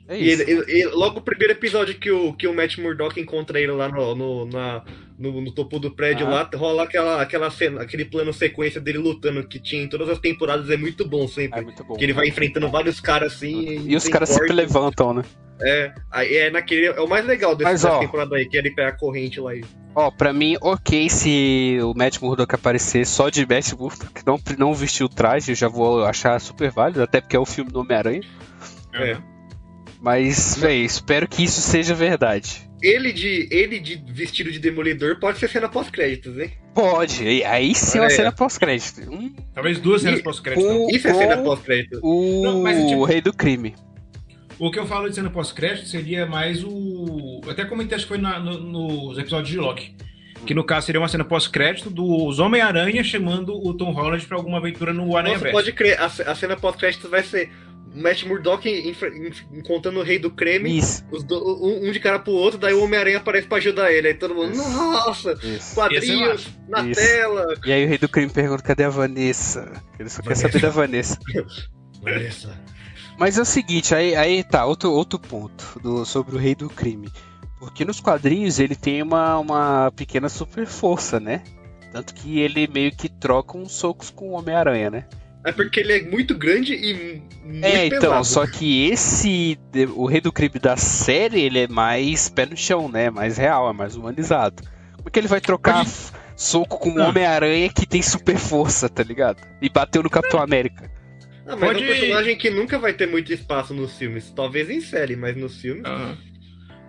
Speaker 4: É
Speaker 5: E,
Speaker 4: isso.
Speaker 5: ele- ele- ele- logo o primeiro episódio que o, que o Matt Murdock encontra ele lá no, no, na- no, no topo do prédio,
Speaker 4: Ah.
Speaker 5: lá rola aquela, aquela cena, aquele plano sequência dele lutando que tinha em todas as temporadas, é muito bom
Speaker 4: É
Speaker 5: sempre.
Speaker 4: muito bom.
Speaker 5: Que ele vai enfrentando vários caras assim.
Speaker 4: E os
Speaker 5: sem
Speaker 4: caras sempre
Speaker 5: corte.
Speaker 4: levantam, né?
Speaker 5: É, aí é naquele. É o mais legal desse,
Speaker 4: Mas,
Speaker 5: dessa
Speaker 4: ó.
Speaker 5: temporada aí, que é ele pega a corrente lá e.
Speaker 4: Ó, pra mim, ok se o Matt Murdock aparecer só de Matt Murdock, não, não vestiu o traje, eu já vou achar super válido, até porque é o filme do Homem-Aranha.
Speaker 5: É.
Speaker 3: Aham.
Speaker 4: Mas, véi, espero que isso seja verdade.
Speaker 5: Ele de, ele de vestido de demolidor pode ser cena pós-créditos, hein?
Speaker 4: Pode, e aí sim é uma
Speaker 5: Olha aí,
Speaker 4: cena pós-crédito. Hum,
Speaker 3: Talvez duas cenas
Speaker 5: E-
Speaker 3: pós-crédito.
Speaker 4: com
Speaker 5: Isso é cena
Speaker 4: com
Speaker 5: pós-créditos.
Speaker 4: o
Speaker 3: Não, mas, tipo-
Speaker 4: Rei do Crime.
Speaker 3: O que eu falo de cena pós-crédito seria mais o. Eu até comentei, acho que foi na- no- nos episódios de Loki. Que no caso seria uma cena pós-crédito dos Homem-Aranha chamando o Tom Holland pra alguma aventura no Aranha
Speaker 5: Você pode crer, a, ce- a cena pós-crédito vai ser o Matt Murdock enf- enf- encontrando o rei do creme,
Speaker 4: Isso,
Speaker 5: os do- um, um de cara pro outro, daí o Homem-Aranha aparece pra ajudar ele. Aí todo mundo,
Speaker 4: Isso.
Speaker 3: é
Speaker 5: nossa,
Speaker 4: isso.
Speaker 5: quadrinhos na
Speaker 4: Isso.
Speaker 5: tela.
Speaker 4: E aí o Rei do Crime pergunta, cadê a Vanessa? Ele só quer saber da Vanessa. Mas é o seguinte, aí, aí tá, outro, outro ponto do- sobre o rei do crime. Porque nos quadrinhos ele tem uma, uma pequena super força, né? Tanto que ele meio que troca uns socos com o Homem-Aranha, né?
Speaker 5: É porque ele é muito grande e muito
Speaker 4: É, então,
Speaker 5: pesado.
Speaker 4: só que esse. de- O rei do crime da série, ele é mais pé no chão, né? Mais real, é mais humanizado. Porque ele vai trocar f- soco com o
Speaker 3: Ah.
Speaker 4: Homem-Aranha que tem super força, tá ligado? E bateu no Capitão América.
Speaker 5: Ah, mas
Speaker 3: Pode-
Speaker 5: é um personagem que nunca vai ter muito espaço nos filmes. Talvez em série, mas nos filmes.
Speaker 3: Ah.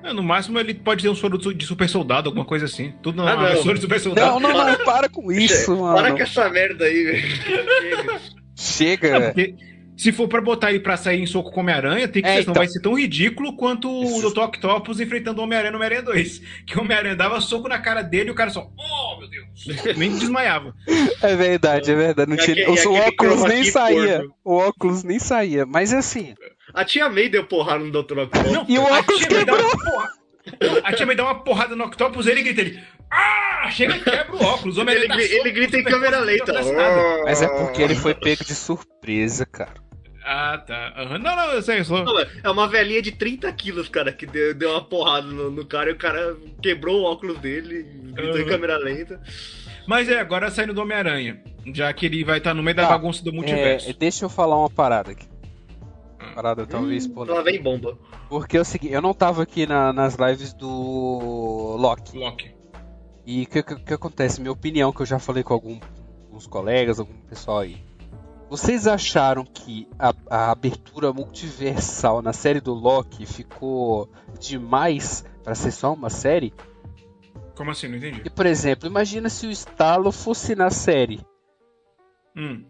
Speaker 3: É, no máximo ele pode ter um soro de super soldado, alguma coisa assim. Tudo na
Speaker 5: Ah, não.
Speaker 3: soro de super soldado.
Speaker 4: Não, não, não, para com isso,
Speaker 5: Para
Speaker 4: mano.
Speaker 5: com essa merda aí, velho.
Speaker 3: Não,
Speaker 4: Chega.
Speaker 3: É, porque se for pra botar ele pra sair em soco com o Homem-Aranha, tem que
Speaker 4: É,
Speaker 3: ser,
Speaker 4: então.
Speaker 3: não vai ser tão ridículo quanto
Speaker 4: Isso.
Speaker 3: o Dr. Octopus enfrentando o Homem-Aranha no Homem-Aranha 2. Que o Homem-Aranha dava soco na cara dele e o cara só, oh meu Deus, nem desmaiava.
Speaker 4: É verdade, é verdade. Não
Speaker 5: E
Speaker 4: tinha-
Speaker 5: aquele-
Speaker 4: o- o
Speaker 5: e aquele
Speaker 4: óculos
Speaker 5: chroma
Speaker 4: nem
Speaker 5: key
Speaker 4: saía.
Speaker 5: corvo.
Speaker 4: O óculos nem saía. Mas é assim.
Speaker 5: A tia May deu porrada no Dr. Octopus.
Speaker 3: Não,
Speaker 4: E o
Speaker 3: a
Speaker 4: óculos
Speaker 3: tia May dá uma porra- A tia May dá uma porrada no Octopus, ele grita, ele, ah, chega e quebra o óculos. O é Homem-Aranha tá
Speaker 5: Ele,
Speaker 3: dá
Speaker 5: gri-
Speaker 3: soco,
Speaker 5: ele grita em
Speaker 3: super
Speaker 5: câmera
Speaker 3: força,
Speaker 5: lenta.
Speaker 3: não acontece nada.
Speaker 4: Mas é porque ele foi pego de surpresa, cara.
Speaker 3: Ah, tá. Aham. Não, não, eu sei, eu sou.
Speaker 5: É uma velhinha de 30 quilos, cara, que deu, deu uma porrada no, no cara e o cara quebrou o óculos dele, gritou em
Speaker 3: Uhum.
Speaker 5: câmera lenta.
Speaker 3: Mas é, agora saindo do Homem-Aranha. Já que ele vai estar no meio da
Speaker 4: Tá.
Speaker 3: bagunça do Um multiverso.
Speaker 4: É, deixa eu falar uma parada aqui. Parada talvez polêmica.
Speaker 5: Hum, Lá vem bomba.
Speaker 4: Porque é o seguinte, eu não tava aqui na- nas lives do Loki.
Speaker 3: Loki.
Speaker 4: E o que, que- que acontece? Minha opinião, que eu já falei com algum- alguns colegas, algum pessoal aí. Vocês acharam que a, a abertura multiversal na série do Loki ficou demais pra ser só uma série?
Speaker 3: Como assim? Não entendi.
Speaker 4: E, por exemplo, imagina se o estalo fosse na série.
Speaker 3: Hum.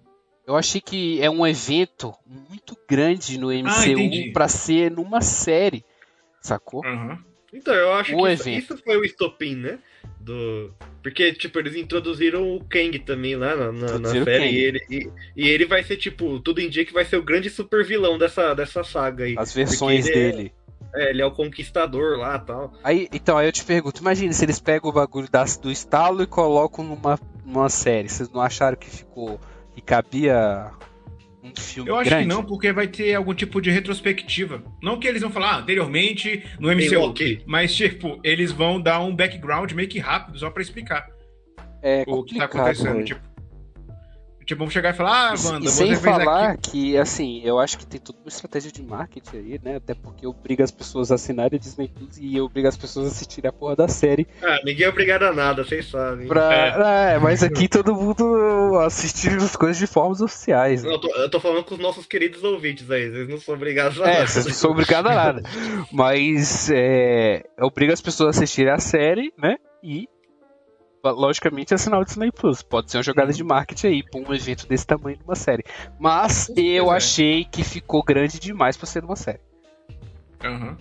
Speaker 4: Eu achei que é um evento muito grande no MCU
Speaker 3: Ah, entendi.
Speaker 4: pra ser numa série, sacou?
Speaker 3: Aham.
Speaker 5: Então, eu acho
Speaker 4: O
Speaker 5: que isso,
Speaker 4: evento.
Speaker 5: isso foi o estopim, né? Do... Porque, tipo, eles introduziram o Kang também lá na, na- na
Speaker 4: Introduziram o
Speaker 5: série.
Speaker 4: Kang.
Speaker 5: E ele, e, e ele vai ser, tipo, tudo indica que vai ser o grande super vilão dessa, dessa saga aí.
Speaker 4: As versões
Speaker 5: Porque ele é-
Speaker 4: dele.
Speaker 5: É, ele é o conquistador lá e tal.
Speaker 4: Aí, então, aí eu te pergunto, imagina se eles pegam o bagulho da- do estalo e colocam numa, numa série. Vocês não acharam que ficou. que cabia um filme
Speaker 3: Eu acho
Speaker 4: grande?
Speaker 3: que não, porque vai ter algum tipo de retrospectiva. Não que eles vão falar ah, anteriormente no MCU,
Speaker 5: Loki.
Speaker 3: mas tipo, eles vão dar um background meio que rápido só pra explicar
Speaker 4: É
Speaker 3: o que tá
Speaker 4: complicado,
Speaker 3: acontecendo.
Speaker 4: velho.
Speaker 3: Tipo, tipo, vamos chegar e falar, ah,
Speaker 4: E-
Speaker 3: Wanda,
Speaker 4: e
Speaker 3: você
Speaker 4: sem
Speaker 3: fez
Speaker 4: falar
Speaker 3: aqui.
Speaker 4: que, assim, eu acho que tem toda uma estratégia de marketing aí, né? Até porque obriga as pessoas a assinarem a Disney Plus e obriga as pessoas a assistirem a porra da série.
Speaker 5: Ah, ninguém é obrigado a nada, vocês sabem.
Speaker 4: Pra... É, mas aqui todo mundo assistir as coisas de formas oficiais. né?
Speaker 5: Não, eu, tô, eu tô falando com os nossos queridos ouvintes aí, eles não são obrigados a
Speaker 4: É,
Speaker 5: nada.
Speaker 4: vocês não são obrigados a nada. Mas é, obriga as pessoas a assistirem a série, né? E, logicamente, assinar o Disney Plus. Pode ser uma jogada de marketing aí, pra um evento desse tamanho numa série. Mas eu
Speaker 3: é.
Speaker 4: achei que ficou grande demais pra ser uma série.
Speaker 3: Aham.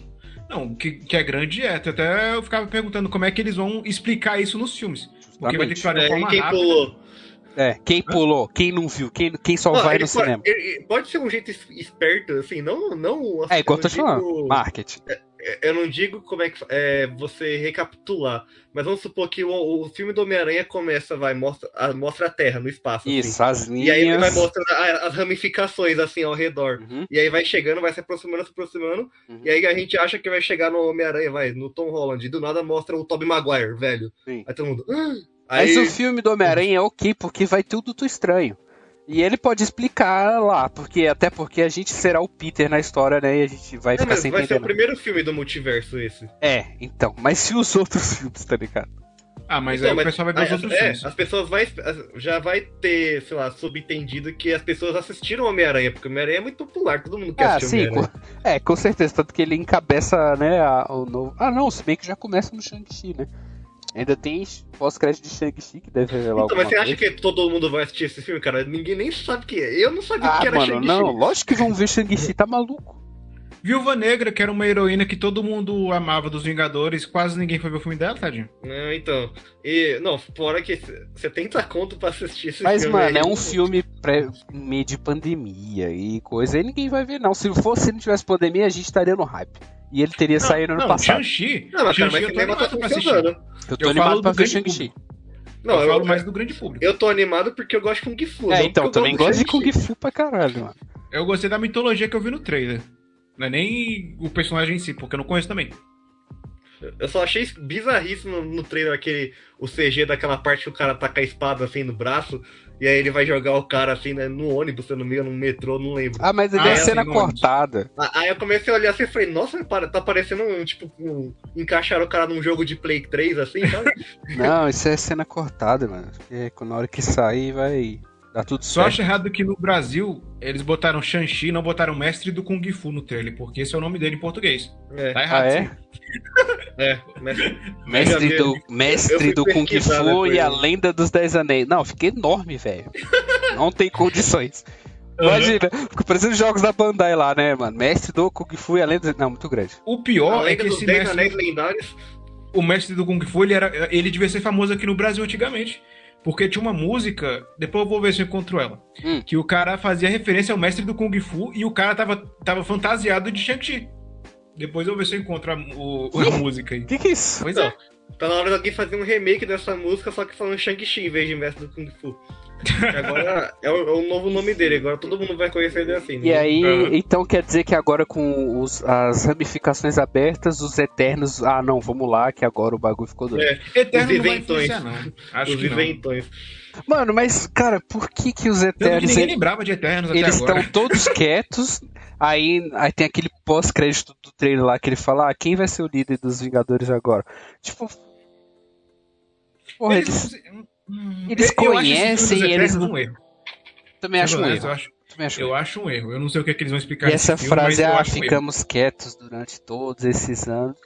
Speaker 3: Não, o que, que é grande é. Até eu ficava perguntando como é que eles vão explicar isso nos filmes. Porque vai ter que falar de
Speaker 5: É, e
Speaker 3: forma
Speaker 5: quem
Speaker 3: rápida.
Speaker 5: pulou?
Speaker 4: É, quem pulou, quem não viu, quem, quem só
Speaker 5: Não,
Speaker 4: vai
Speaker 5: ele
Speaker 4: no
Speaker 5: pode,
Speaker 4: cinema.
Speaker 5: ele- pode ser um jeito es- esperto, assim, não. não assim,
Speaker 4: É, igual eu tô te
Speaker 5: digo-
Speaker 4: falando, marketing.
Speaker 5: eu não digo como é que fa- é, você recapitular, mas vamos supor que o, o filme do Homem-Aranha começa, vai, mostra a, mostra a Terra no espaço. assim.
Speaker 4: Isso, as linhas.
Speaker 5: E aí ele vai mostrando a- as ramificações assim ao redor.
Speaker 4: Uhum,
Speaker 5: E aí vai chegando, vai se aproximando, se aproximando.
Speaker 4: Uhum.
Speaker 5: E aí a gente acha que vai chegar no Homem-Aranha, vai, no Tom Holland. E do nada mostra o Tobey Maguire, velho.
Speaker 4: Sim.
Speaker 5: Aí todo mundo. "Ah!"
Speaker 4: Mas o
Speaker 5: Aí,
Speaker 4: filme do Homem-Aranha é ok, porque vai tudo do estranho. E ele pode explicar lá, porque até porque a gente será o Peter na história, né? E a gente vai
Speaker 5: É,
Speaker 4: ficar
Speaker 5: mas
Speaker 4: sem
Speaker 5: vai ser
Speaker 4: entender. né?
Speaker 5: o primeiro filme do multiverso esse.
Speaker 4: É, então. Mas se os outros filmes, tá ligado?
Speaker 3: Ah, mas
Speaker 5: Então,
Speaker 3: aí
Speaker 5: mas-
Speaker 3: o pessoal vai ver os
Speaker 5: Ah,
Speaker 3: outros
Speaker 5: é,
Speaker 3: filmes.
Speaker 5: as pessoas vai, as- já vai ter, sei lá, subentendido que as pessoas assistiram Homem-Aranha, porque Homem-Aranha é muito popular, todo mundo quer
Speaker 4: ah,
Speaker 5: assistir
Speaker 4: sim.
Speaker 5: Homem-Aranha.
Speaker 4: com- É, com certeza. Tanto que ele encabeça, né? a- o novo... Ah, não. Se bem que já começa no Shang-Chi, né? Ainda tem pós-crédito de Shang-Chi que deve revelar
Speaker 5: Então, mas
Speaker 4: alguma
Speaker 5: você acha
Speaker 4: coisa.
Speaker 5: que todo mundo vai assistir esse filme, cara? Ninguém nem sabe que é. Eu não sabia
Speaker 4: Ah,
Speaker 5: que era
Speaker 4: mano,
Speaker 5: Shang-Chi.
Speaker 4: não. Lógico que vão ver Shang-Chi, tá maluco.
Speaker 3: Viúva Negra, que era uma heroína que todo mundo amava dos Vingadores, quase ninguém foi ver o filme dela, tadinho.
Speaker 5: Não, então. E, não, fora que c- 70 conto pra assistir esse
Speaker 4: Mas,
Speaker 5: filme.
Speaker 4: mano,
Speaker 5: aí.
Speaker 4: é um filme pré em meio de pandemia e coisa, e ninguém vai ver, não. Se fosse, se não tivesse pandemia, a gente estaria no hype. E ele teria saído ano
Speaker 3: não,
Speaker 4: passado.
Speaker 3: Shang-Chi.
Speaker 5: Não, mas, cara,
Speaker 3: Shang-Chi
Speaker 5: mas
Speaker 3: eu tô
Speaker 5: cinema tá
Speaker 3: animado pra assistir.
Speaker 5: funcionando.
Speaker 4: Eu tô
Speaker 3: eu
Speaker 4: animado
Speaker 3: falo
Speaker 4: pra
Speaker 3: do
Speaker 4: ver
Speaker 3: grande
Speaker 4: Shang-Chi.
Speaker 5: Não,
Speaker 3: eu,
Speaker 5: eu,
Speaker 3: falo
Speaker 5: eu,
Speaker 3: mais do grande público.
Speaker 5: tô animado porque eu gosto de Kung Fu.
Speaker 4: É,
Speaker 5: não
Speaker 4: então,
Speaker 5: porque eu
Speaker 4: também gosto de Kung
Speaker 5: Shang-Chi.
Speaker 4: Fu pra caralho, mano.
Speaker 3: Eu gostei da mitologia que eu vi no trailer. Não é nem o personagem em si, porque eu não conheço também.
Speaker 5: Eu só achei bizarríssimo no, no trailer aquele, o CG daquela parte que o cara tá com a espada assim no braço, e aí ele vai jogar o cara assim né, no ônibus, se eu não me engano, no metrô, não lembro.
Speaker 4: Ah, mas ele
Speaker 3: Ah,
Speaker 4: é
Speaker 5: é,
Speaker 4: cena
Speaker 3: assim,
Speaker 4: cortada.
Speaker 5: A- Aí eu comecei a olhar assim e falei, nossa, para- tá parecendo um, tipo, um, encaixaram o cara num jogo de Play 3 assim, sabe?
Speaker 4: Não, isso é cena cortada, mano. Porque quando- na hora que sair, vai dar tudo
Speaker 3: Só
Speaker 4: certo.
Speaker 3: acho errado que no Brasil eles botaram Shang-Chi e não botaram Mestre do Kung Fu no trailer, porque esse é o nome dele em português.
Speaker 5: é,
Speaker 3: Tá errado,
Speaker 4: Ah,
Speaker 3: sim.
Speaker 4: é?
Speaker 5: é, mas
Speaker 4: Mestre
Speaker 5: Eu
Speaker 4: do,
Speaker 5: fui
Speaker 4: mestre do Kung
Speaker 5: pesquisar
Speaker 4: Fu
Speaker 5: depois.
Speaker 4: e a Lenda dos Dez Anéis. Não, fiquei enorme, velho. Não tem condições.
Speaker 5: Uhum.
Speaker 4: Imagina, fica parecendo os jogos da Bandai lá, né, mano? Mestre do Kung Fu e a Lenda... Não, muito grande.
Speaker 3: O
Speaker 5: a
Speaker 3: pior é
Speaker 5: lenda
Speaker 3: que
Speaker 5: dos
Speaker 3: esse
Speaker 5: 10
Speaker 3: mestre,
Speaker 5: anéis lendários.
Speaker 3: o mestre do Kung Fu, ele, era, ele devia ser famoso aqui no Brasil antigamente. Porque tinha uma música, depois eu vou ver se eu encontro ela,
Speaker 4: Hum.
Speaker 3: que o cara fazia referência ao mestre do Kung Fu e o cara tava, tava fantasiado de Shang-Chi. Depois eu vou ver se eu encontro a, o- a música aí.
Speaker 4: O que que é isso?
Speaker 3: Pois
Speaker 5: Não.
Speaker 3: é.
Speaker 5: Tá na hora de alguém fazer um remake dessa música, só que falando Shang-Chi em vez de Mestre do Kung Fu. Agora é o, é o novo nome dele, agora todo mundo vai conhecer ele assim. né?
Speaker 4: E aí,
Speaker 3: Ah.
Speaker 4: então quer dizer que agora com os- as ramificações abertas, os Eternos... Ah, não, vamos lá, que agora o bagulho ficou
Speaker 5: É.
Speaker 4: doido.
Speaker 3: Eterno
Speaker 5: Os
Speaker 3: não vai
Speaker 5: inventões.
Speaker 3: influenciar, não. Acho
Speaker 5: Os
Speaker 3: que não.
Speaker 5: inventões.
Speaker 4: Mano, mas, cara, por que que os
Speaker 3: Tanto que
Speaker 4: Eternos...
Speaker 3: ninguém lembrava de Eternos até
Speaker 4: É, Eles
Speaker 3: agora.
Speaker 4: estão todos quietos. Aí, aí tem aquele pós-crédito do trailer lá que ele fala: ah, quem vai ser o líder dos Vingadores agora? Tipo. Porra, eles,
Speaker 3: Eles- Hum,
Speaker 4: eles
Speaker 3: eu- eu acho esse filme dos
Speaker 4: conhecem, eles
Speaker 3: Eternos
Speaker 4: não-
Speaker 3: um erro.
Speaker 4: também acham um
Speaker 3: Mas
Speaker 4: erro.
Speaker 3: Eu acho,
Speaker 4: também acho um
Speaker 3: eu
Speaker 4: erro.
Speaker 3: acho um erro. Eu não sei o que, é que eles vão explicar.
Speaker 4: E
Speaker 3: nesse
Speaker 4: essa
Speaker 3: filme, mas
Speaker 4: frase é:
Speaker 3: eu
Speaker 4: ah,
Speaker 3: acho um erro.
Speaker 4: ficamos quietos durante todos esses anos.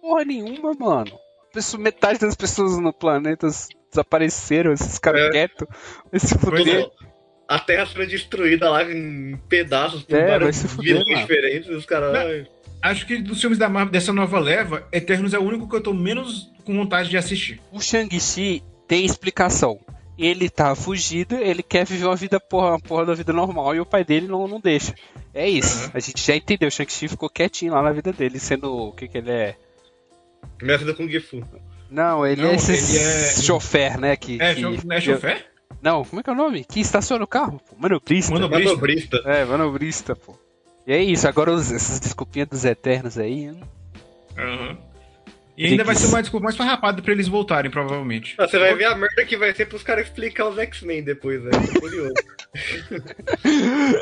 Speaker 4: Porra nenhuma, mano. Pessoa- Metade das pessoas no planeta s- desapareceram, esses caras
Speaker 5: É.
Speaker 4: quietos. Esse
Speaker 3: Pois é.
Speaker 4: poder.
Speaker 5: Tudo- A Terra foi destruída lá em pedaços por
Speaker 4: É, vai
Speaker 5: vários
Speaker 4: se fuder,
Speaker 5: vírus
Speaker 4: mano.
Speaker 5: diferentes, os caras.
Speaker 3: Não.
Speaker 5: "Ai,
Speaker 3: Acho que dos filmes da Marvel, dessa nova leva, Eternos é o único que eu tô menos com vontade de assistir.
Speaker 4: O Shang-Chi tem explicação. Ele tá fugido, ele quer viver uma vida porra, uma porra da vida normal e o pai dele não, não deixa. É isso.
Speaker 3: Uhum.
Speaker 4: A gente já entendeu. O Shang-Chi ficou quietinho lá na vida dele, sendo o que que ele é?
Speaker 5: Mestre do Kung Fu.
Speaker 4: Não, ele
Speaker 3: Não,
Speaker 4: é esse
Speaker 3: ele é-
Speaker 4: chofer, né? Que,
Speaker 3: É,
Speaker 4: que-
Speaker 3: cho- é chofé?
Speaker 4: Não, como é que é o nome? Que estaciona o carro? pô. Manobrista.
Speaker 3: Manobrista.
Speaker 5: Manobrista.
Speaker 4: É, manobrista, pô. E é isso. Agora os- essas desculpinhas dos eternos aí. hum.
Speaker 3: Aham. E ainda
Speaker 4: Preguiça.
Speaker 3: vai ser uma desculpa mais farrapada pra eles voltarem, provavelmente.
Speaker 5: Ah, Você vai ver a merda que vai ser pros caras explicar os X-Men depois, né? Tô Curioso.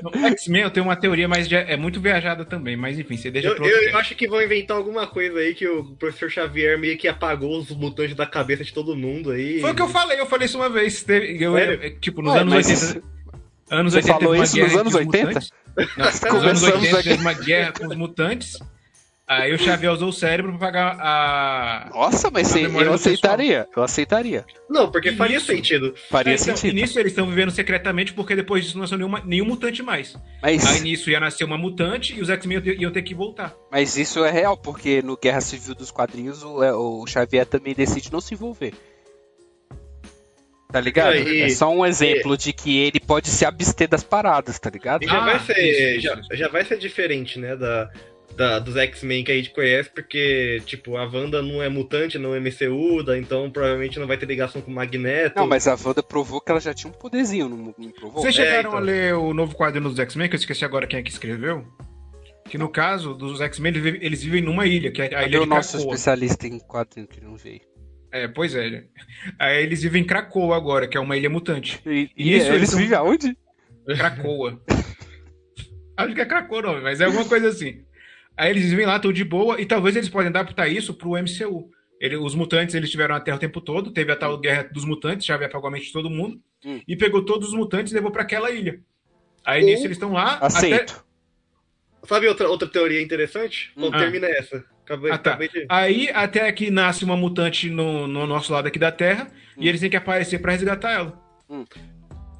Speaker 3: No X-Men eu tenho uma teoria, mas já é muito viajada também. Mas enfim, você deixa
Speaker 5: Eu,
Speaker 3: pro outro
Speaker 5: eu- eu
Speaker 3: tempo.
Speaker 5: acho que vão inventar alguma coisa aí que o professor Xavier meio que apagou os mutantes da cabeça de todo mundo aí.
Speaker 3: Foi o que eu falei, eu falei isso uma vez. Teve- eu-
Speaker 5: Sério?
Speaker 3: é, tipo, nos
Speaker 4: Ué,
Speaker 3: anos
Speaker 4: mas
Speaker 3: 80. Anos
Speaker 4: você
Speaker 3: 80 teve
Speaker 4: falou
Speaker 3: uma
Speaker 4: isso
Speaker 3: guerra entre
Speaker 4: nos anos
Speaker 3: os
Speaker 4: 80?
Speaker 3: mutantes. Não, nos anos
Speaker 4: Começamos
Speaker 3: 80
Speaker 4: aqui.
Speaker 3: teve uma guerra com os mutantes. Aí o Xavier usou o cérebro pra pagar a.
Speaker 4: Nossa, mas
Speaker 3: A
Speaker 4: você-
Speaker 3: memória
Speaker 4: eu
Speaker 3: do
Speaker 4: aceitaria. Eu aceitaria.
Speaker 5: Não, porque faria
Speaker 3: Isso.
Speaker 5: sentido.
Speaker 4: Faria
Speaker 3: Então,
Speaker 4: sentido.
Speaker 3: E nisso eles estão vivendo secretamente porque depois disso não nasceu nenhuma, nenhum mutante mais.
Speaker 4: Mas...
Speaker 3: Aí nisso ia nascer uma mutante e os X-Men iam ter- iam ter que voltar.
Speaker 4: Mas isso é real, porque no Guerra Civil dos quadrinhos o, é, o Xavier também decide não se envolver. Tá ligado?
Speaker 5: Não, e-
Speaker 4: é só um exemplo de que ele pode se abster das paradas, tá ligado?
Speaker 5: E já,
Speaker 3: Ah,
Speaker 5: vai ser,
Speaker 3: isso,
Speaker 5: já,
Speaker 3: isso.
Speaker 5: já vai ser diferente, né? Da, da- dos X-Men que a gente conhece, porque, tipo, a Wanda não é mutante, não é MCU, da, então provavelmente não vai ter ligação com o Magneto.
Speaker 4: Não, mas a Wanda provou que ela já tinha um poderzinho, não, não provou?
Speaker 3: Vocês chegaram
Speaker 5: então.
Speaker 3: a ler o novo quadrinho dos X-Men, que eu esqueci agora quem é que escreveu? Que no caso dos X-Men, eles vivem- eles vivem numa ilha, que é a
Speaker 4: Cadê
Speaker 3: ilha
Speaker 4: o
Speaker 3: de
Speaker 4: nosso
Speaker 3: Krakoa.
Speaker 4: especialista em quadrinho que não veio?
Speaker 3: É, pois é. Aí eles vivem em Krakoa agora, que é uma ilha mutante.
Speaker 4: E,
Speaker 3: e Isso, eles eles são-
Speaker 4: vivem
Speaker 3: vivem
Speaker 4: aonde?
Speaker 3: Krakoa. Acho que é Krakoa o nome, mas é alguma coisa assim. Aí eles vivem lá, estão de boa, e talvez eles podem adaptar isso pro MCU. Ele- os mutantes, eles tiveram a Terra o tempo todo, teve a tal guerra dos mutantes, Xavier apagou a mente de todo mundo,
Speaker 4: Hum.
Speaker 3: e pegou todos os mutantes e levou pra aquela ilha. Aí
Speaker 5: Ou-
Speaker 3: nisso eles estão lá, até,
Speaker 4: Aceito.
Speaker 5: Sabe outra, outra teoria interessante?
Speaker 4: Hum.
Speaker 5: Ou
Speaker 3: Ah.
Speaker 5: termina essa? Acabei,
Speaker 3: Ah, tá.
Speaker 5: acabei de.
Speaker 3: Aí até que nasce uma mutante no, no nosso lado aqui da Terra
Speaker 4: Hum.
Speaker 3: e eles têm que aparecer pra resgatar ela.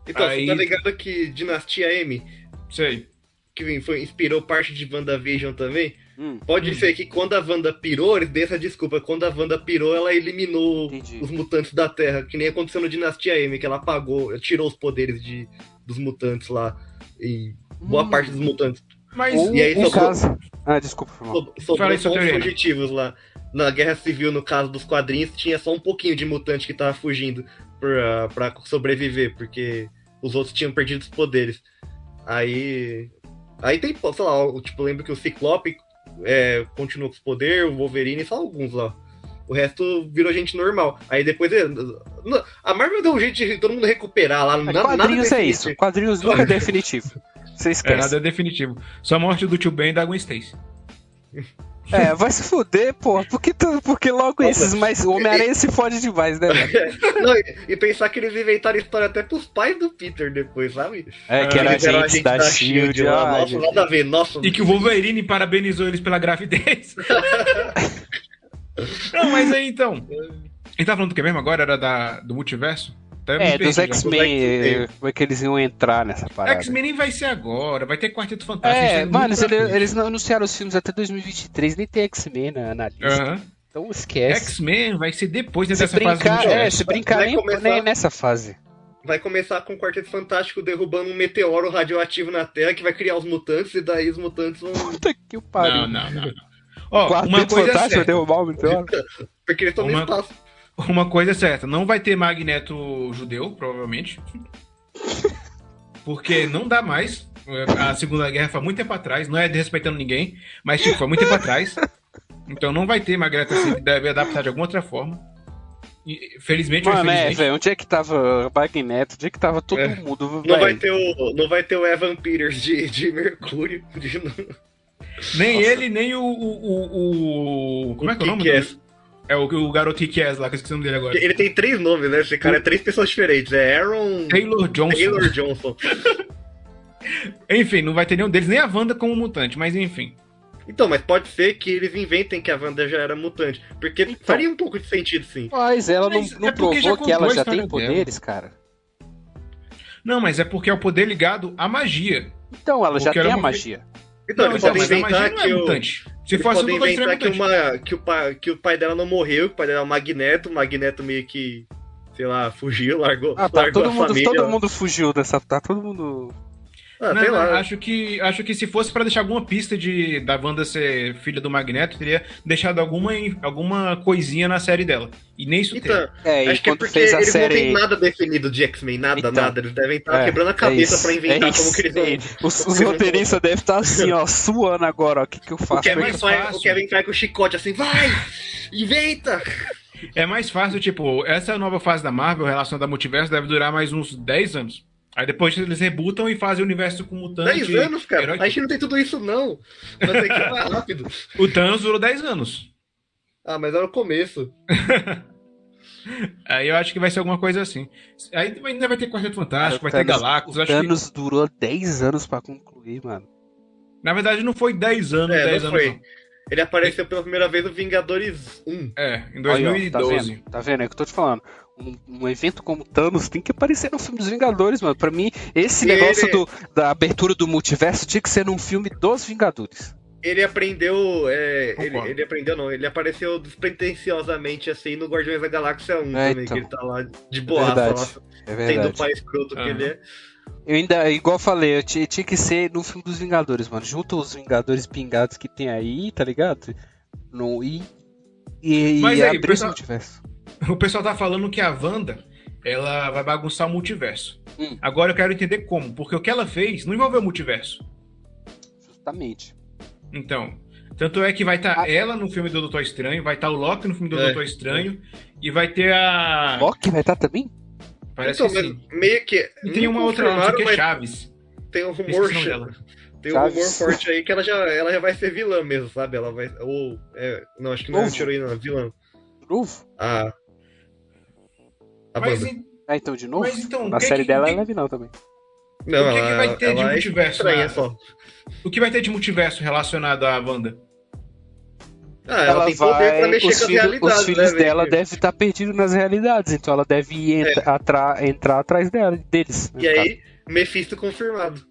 Speaker 5: Então, você
Speaker 3: Aí-
Speaker 5: tá ligado que Dinastia M,
Speaker 3: Sei.
Speaker 5: que foi, inspirou parte de WandaVision também?
Speaker 4: Hum,
Speaker 5: Pode
Speaker 3: Hum.
Speaker 5: ser que quando a Wanda pirou, eles dêem essa desculpa. Quando a Wanda pirou, ela eliminou
Speaker 4: Entendi.
Speaker 5: os mutantes da Terra, que nem aconteceu no Dinastia M, que ela apagou, tirou os poderes de, dos mutantes lá. E boa
Speaker 4: Hum.
Speaker 5: parte dos mutantes.
Speaker 3: Mas
Speaker 4: Ou
Speaker 5: e aí
Speaker 4: um
Speaker 5: sobrou-
Speaker 4: caso. Ah, desculpa, foi mal.
Speaker 5: So, sobrou
Speaker 3: Fala aí,
Speaker 5: só
Speaker 3: sua
Speaker 5: os
Speaker 3: teoria.
Speaker 5: fugitivos lá. Na Guerra Civil, no caso dos quadrinhos, tinha só um pouquinho de mutante que tava fugindo pra, pra sobreviver, porque os outros tinham perdido os poderes. Aí. Aí tem, sei lá, o- tipo, eu lembro que o Ciclope é, continuou com os poderes, o Wolverine, só alguns lá. O resto virou gente normal. Aí depois. é, n- A Marvel deu um jeito de todo mundo recuperar lá. na- nada
Speaker 4: quadrinhos é
Speaker 5: definido.
Speaker 4: isso. Quadrinhos nunca é definitivo. Você
Speaker 3: É,
Speaker 4: esquece.
Speaker 3: nada é definitivo. Só a morte do tio Ben e da Gwen Stacy.
Speaker 4: É, vai se fuder, pô. Porque, tu- porque logo esses, mas o Homem-Aranha se fode demais, né, velho?
Speaker 5: Não, e, e pensar que eles inventaram história até pros pais do Peter depois, sabe?
Speaker 4: É, que era
Speaker 5: Ah, Eles eram
Speaker 4: gente
Speaker 3: tá
Speaker 4: da Shield.
Speaker 5: lá.
Speaker 4: ai,
Speaker 5: Nossa,
Speaker 4: gente.
Speaker 5: nada a ver. Nossa,
Speaker 3: E que o Wolverine parabenizou eles pela gravidez. Não, mas aí então. Ele tá falando do que mesmo agora? Era da, do multiverso? Tá, eu me
Speaker 4: É,
Speaker 3: perdi
Speaker 4: dos
Speaker 3: já.
Speaker 4: X-Men,
Speaker 5: X-Men.
Speaker 4: eh, como é que eles iam entrar nessa parada?
Speaker 3: X-Men tá nem vai ser agora, vai ter Quarteto Fantástico.
Speaker 4: É,
Speaker 3: isso muito
Speaker 4: mano, eles,
Speaker 3: pra frente.
Speaker 4: eles não anunciaram os filmes até 2023, nem tem X-Men na, na lista.
Speaker 3: Aham.
Speaker 4: Então esquece.
Speaker 3: X-Men vai ser depois né,
Speaker 4: Se
Speaker 3: dessa fase do
Speaker 4: brincar, é,
Speaker 3: multiverso.
Speaker 4: se brincar
Speaker 5: Vai
Speaker 4: nem,
Speaker 5: começar-
Speaker 4: nem nessa fase.
Speaker 5: vai começar com o Quarteto Fantástico derrubando um meteoro radioativo na Terra que vai criar os mutantes e daí os mutantes vão.
Speaker 4: Puta que
Speaker 3: Não, não,
Speaker 4: pariu.
Speaker 3: não. não. Ó, uma
Speaker 4: Quarteto
Speaker 3: coisa, é
Speaker 4: Fantástico um
Speaker 3: certa,
Speaker 4: derrubar o meteoro.
Speaker 5: Porque eles estão no
Speaker 3: Uma-
Speaker 5: espaço.
Speaker 3: uma coisa é certa, não vai ter Magneto judeu, provavelmente. Porque não dá mais. A Segunda Guerra foi muito tempo atrás, não é desrespeitando ninguém, mas tipo, foi muito tempo atrás. Então não vai ter Magneto assim, deve adaptar de alguma outra forma. E, felizmente ou
Speaker 4: Mano, é,
Speaker 3: infelizmente.
Speaker 4: velho, onde é que tava Magneto? Onde é que tava todo
Speaker 5: É.
Speaker 4: mundo?
Speaker 5: Não vai,
Speaker 4: velho?
Speaker 5: ter o, não vai ter o Evan Peters de, de Mercúrio. De,
Speaker 3: nem ele, nem o, o, o- o- Como é que é o nome?
Speaker 5: Kick-Ass.
Speaker 3: dele? É o, o garoto Kick-Ass lá, que eu esqueci o nome dele agora.
Speaker 5: Ele tem três nomes, né? Esse cara é três pessoas diferentes. É Aaron.
Speaker 3: Taylor Johnson.
Speaker 5: Taylor Johnson.
Speaker 3: Enfim, não vai ter nenhum deles, nem a Wanda como mutante, mas enfim.
Speaker 5: Então, mas pode ser que eles inventem que a Wanda já era mutante. Porque
Speaker 3: Então.
Speaker 5: faria um pouco de sentido, sim.
Speaker 4: Mas ela não,
Speaker 3: Mas
Speaker 4: não
Speaker 3: é porque já
Speaker 4: provou que
Speaker 3: contou
Speaker 4: ela
Speaker 3: a
Speaker 4: já
Speaker 3: história dela.
Speaker 4: tem poderes, cara.
Speaker 3: Não, mas é porque é o poder ligado à magia.
Speaker 4: Então, ela já
Speaker 3: Porque
Speaker 4: tem
Speaker 3: ela
Speaker 4: a
Speaker 3: é uma-
Speaker 4: magia.
Speaker 5: Então, eles podem
Speaker 3: mas a magia
Speaker 5: inventar
Speaker 3: não é
Speaker 5: que o.
Speaker 3: mutante. Se
Speaker 5: Eles
Speaker 3: fosse
Speaker 5: podem
Speaker 3: uma coisa seria
Speaker 5: inventar que,
Speaker 3: mutante.
Speaker 5: uma, que, o pai, que o pai dela não morreu, que o pai dela é o Magneto, o Magneto meio que, sei lá, fugiu, largou,
Speaker 4: Ah, tá,
Speaker 5: largou
Speaker 4: todo
Speaker 5: a
Speaker 4: mundo,
Speaker 5: família.
Speaker 4: todo mundo fugiu dessa... Tá todo mundo...
Speaker 5: Ah,
Speaker 3: Não,
Speaker 5: sei
Speaker 3: não,
Speaker 5: lá.
Speaker 3: acho que acho que se fosse pra deixar alguma pista de da Wanda ser filha do Magneto, teria deixado alguma alguma coisinha na série dela. E nem isso teve.
Speaker 5: Então,
Speaker 4: É, e
Speaker 5: acho que é
Speaker 4: quando
Speaker 5: porque
Speaker 4: fez a
Speaker 5: eles não
Speaker 4: série...
Speaker 5: têm nada definido de X-Men, nada,
Speaker 4: Então,
Speaker 5: nada. Eles devem estar
Speaker 4: é,
Speaker 5: quebrando a
Speaker 4: é
Speaker 5: cabeça
Speaker 4: isso,
Speaker 5: pra inventar como
Speaker 4: é isso,
Speaker 5: que eles vão.
Speaker 4: é isso. Os, os
Speaker 5: eles vão-
Speaker 4: roteiristas devem estar assim, ó, suando agora, ó, o que que eu
Speaker 5: O
Speaker 4: faço?
Speaker 5: Kevin,
Speaker 4: Como é
Speaker 3: mais
Speaker 4: que
Speaker 5: vai-
Speaker 3: fácil.
Speaker 5: o Kevin vai com o chicote assim, vai! Inventa!
Speaker 3: É mais fácil, tipo, essa nova fase da Marvel, relacionada ao multiverso, deve durar mais uns 10 anos. Aí depois eles rebutam e fazem o universo com mutante.
Speaker 5: 10 anos, cara.
Speaker 3: herói.
Speaker 5: A gente não tem tudo isso, não. Vai ter que ir mais rápido.
Speaker 3: O Thanos durou 10 anos.
Speaker 5: Ah, mas era o começo.
Speaker 3: Aí eu acho que vai ser alguma coisa assim. Aí ainda vai ter Quarteto Fantástico, vai
Speaker 4: Cara,
Speaker 3: ter
Speaker 4: É, o Thanos-
Speaker 3: Galactus.
Speaker 4: O
Speaker 3: Acho que,
Speaker 4: Thanos durou 10 anos pra concluir, mano.
Speaker 3: na verdade, não foi 10 anos,
Speaker 5: É,
Speaker 3: 10
Speaker 5: não
Speaker 3: anos.
Speaker 5: foi.
Speaker 3: Não.
Speaker 5: Ele apareceu pela primeira vez no Vingadores 1.
Speaker 3: É, em
Speaker 4: Aí, ó,
Speaker 3: 2012.
Speaker 4: tá vendo? Tá vendo? É o que eu tô te falando. Um, um evento como Thanos tem que aparecer no filme dos Vingadores, mano. Pra mim, esse
Speaker 5: Ele-
Speaker 4: negócio do- da abertura do multiverso tinha que ser num filme dos Vingadores.
Speaker 5: Ele aprendeu. é, ele,
Speaker 3: Concordo.
Speaker 5: ele aprendeu, não. Ele apareceu despretensiosamente assim no Guardiões da Galáxia 1
Speaker 4: É,
Speaker 5: também,
Speaker 4: então.
Speaker 5: que ele tá lá de boaça,
Speaker 4: Verdade.
Speaker 5: lá,
Speaker 4: É
Speaker 5: sendo
Speaker 4: verdade.
Speaker 5: o pai escroto que
Speaker 3: Aham.
Speaker 5: ele é.
Speaker 4: Eu ainda, igual eu falei, eu ti- tinha que ser no filme dos Vingadores, mano. Junta os Vingadores pingados que tem aí, tá ligado? No, e e, e
Speaker 3: Mas aí,
Speaker 4: abrir esse
Speaker 3: pessoal-
Speaker 4: multiverso.
Speaker 3: O pessoal tá falando que a Wanda ela vai bagunçar o multiverso.
Speaker 4: Hum.
Speaker 3: Agora eu quero entender como, porque o que ela fez não envolveu o multiverso.
Speaker 4: Justamente.
Speaker 3: Então, tanto é que vai estar
Speaker 4: Ah.
Speaker 3: ela no filme do Doutor Estranho, vai estar o Loki no filme do
Speaker 5: É.
Speaker 3: Doutor Estranho e vai ter
Speaker 5: Ah.
Speaker 3: a
Speaker 4: Loki vai estar também?
Speaker 3: parece
Speaker 5: Então,
Speaker 3: que
Speaker 5: mas
Speaker 3: sim.
Speaker 5: meio que.
Speaker 3: E tem
Speaker 5: não
Speaker 3: uma outra lá, não sei o que é
Speaker 5: confirmaram, mas
Speaker 3: Chaves.
Speaker 5: tem um
Speaker 3: Esqueci o
Speaker 5: rumor.
Speaker 3: nome dela.
Speaker 5: Tem um rumor
Speaker 4: Chaves.
Speaker 5: forte aí que ela já, ela já vai ser vilã mesmo, sabe? Ela vai. Ou. é, não, acho que não é
Speaker 4: Novo.
Speaker 5: anti-heroína, é vilã.
Speaker 4: De novo?
Speaker 5: A. A
Speaker 3: Mas,
Speaker 5: banda.
Speaker 3: e-
Speaker 4: Ah, então de novo?
Speaker 3: mas então,
Speaker 4: Na
Speaker 3: o que
Speaker 4: série
Speaker 3: que-
Speaker 4: dela
Speaker 3: o que-
Speaker 4: ela é vilão também.
Speaker 5: Não,
Speaker 3: o que, que vai ter de
Speaker 5: ela é
Speaker 3: multiverso?
Speaker 5: estranha
Speaker 3: na-
Speaker 5: só.
Speaker 3: O que vai ter de multiverso relacionado à Wanda?
Speaker 5: Ah, ela, tem poder pra mexer
Speaker 4: os
Speaker 5: com a
Speaker 4: filhos-
Speaker 5: realidade.
Speaker 4: Os filhos
Speaker 5: né,
Speaker 4: dela
Speaker 5: velho?
Speaker 4: devem estar perdidos nas realidades, então ela deve ir entra- atra- entrar atrás dela, deles.
Speaker 5: É.
Speaker 4: né,
Speaker 5: E
Speaker 4: cara?
Speaker 5: aí, Mephisto confirmado.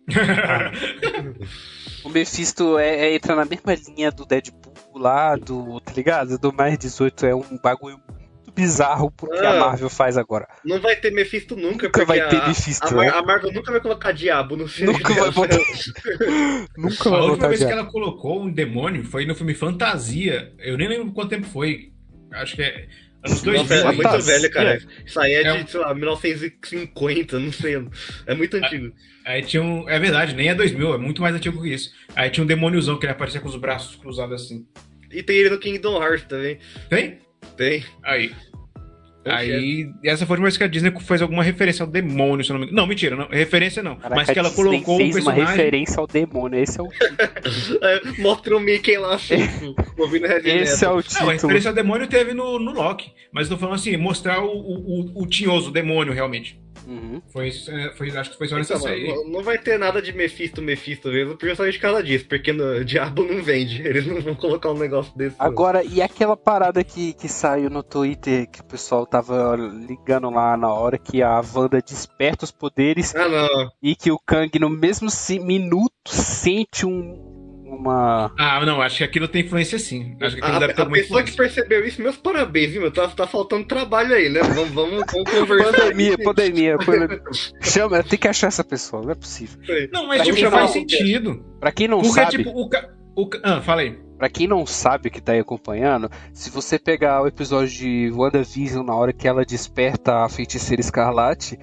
Speaker 4: O Mephisto é, é entrar na mesma linha do Deadpool lá, do, tá ligado? Do mais 18 é um bagulho muito bizarro porque a
Speaker 5: Ah.
Speaker 4: Marvel faz agora.
Speaker 5: Não vai ter Mephisto nunca,
Speaker 4: Nunca
Speaker 5: porque
Speaker 4: vai ter
Speaker 5: a,
Speaker 4: Mephisto,
Speaker 5: a, Mar-
Speaker 4: né?
Speaker 5: a Marvel nunca vai colocar diabo no filme.
Speaker 4: Nunca vai
Speaker 5: dela.
Speaker 4: botar. Nunca
Speaker 3: a
Speaker 4: vai
Speaker 3: última
Speaker 4: botar
Speaker 3: vez que
Speaker 4: diabo.
Speaker 3: ela colocou um demônio foi no filme Fantasia. Eu nem lembro quanto tempo foi. Acho que é Anos
Speaker 5: Nossa, é
Speaker 3: 2000.
Speaker 5: muito
Speaker 4: Fantástico.
Speaker 5: velho, cara. Isso aí é de,
Speaker 3: É um-
Speaker 5: sei lá, 1950, não sei. É muito antigo.
Speaker 3: Aí tinha um. É verdade, nem é 2000, é muito mais antigo que isso. Aí tinha um demôniozão que ele aparecia com os braços cruzados assim.
Speaker 5: E tem ele no Kingdom Hearts também.
Speaker 3: Tem?
Speaker 5: Tem.
Speaker 3: Aí. Aí, essa foi uma vez que a Disney fez alguma referência ao demônio, se eu não me engano. Não, mentira, não. Referência não. mas que ela
Speaker 4: Disney
Speaker 3: colocou um
Speaker 4: fez uma
Speaker 3: personagem.
Speaker 4: referência ao demônio. Esse é o,
Speaker 5: É, mostra o Mickey lá assim, ouvindo heavy
Speaker 4: É. esse é
Speaker 5: metal.
Speaker 4: o
Speaker 3: Não, a
Speaker 4: título.
Speaker 3: referência ao demônio teve no, no Loki. Mas eu tô falando assim, mostrar o, o, o, o tinhoso, o demônio, realmente.
Speaker 4: Uhum.
Speaker 3: Foi, isso, é, foi, acho que foi só nessa
Speaker 5: Então,
Speaker 3: série.
Speaker 5: mano, não vai ter nada de Mephisto, Mephisto mesmo, justamente por causa disso, porque no, o diabo não vende, eles não vão colocar um negócio desse. não.
Speaker 4: Agora, e aquela parada que, que saiu no Twitter que o pessoal tava ligando lá na hora que a Wanda desperta os poderes
Speaker 5: Ah, não.
Speaker 4: e que o Kang, no mesmo se- minuto, sente um, uma.
Speaker 3: Ah, não, acho que aquilo tem influência sim. Acho que aquilo
Speaker 5: A,
Speaker 3: deve ter
Speaker 5: a
Speaker 3: alguma
Speaker 5: pessoa que
Speaker 3: influência.
Speaker 5: percebeu isso, meus parabéns, viu, meu? Tá, tá faltando trabalho aí, né? Vamos, vamos, vamos conversar.
Speaker 4: Pandemia,
Speaker 5: aí.
Speaker 4: pandemia, pandemia. Chama, tem que achar essa pessoa, não é possível.
Speaker 3: Não, mas
Speaker 4: Pra
Speaker 3: tipo,
Speaker 4: quem
Speaker 3: faz
Speaker 4: não-
Speaker 3: sentido.
Speaker 4: Pra quem é não
Speaker 3: Porque,
Speaker 4: sabe.
Speaker 3: tipo, o. ca- o ca- ah, fala aí.
Speaker 4: Pra quem não sabe que tá aí acompanhando, se você pegar o episódio de WandaVision na hora que ela desperta a feiticeira escarlate,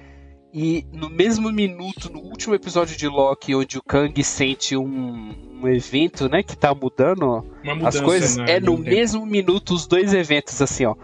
Speaker 4: e no mesmo minuto, no último episódio de Loki, onde o Kang sente um, um evento, né, que tá mudando ó,
Speaker 3: Uma mudança.
Speaker 4: as
Speaker 3: né,
Speaker 4: coisas,
Speaker 3: na-
Speaker 4: é no
Speaker 3: tempo.
Speaker 4: mesmo minuto os dois eventos, assim, ó,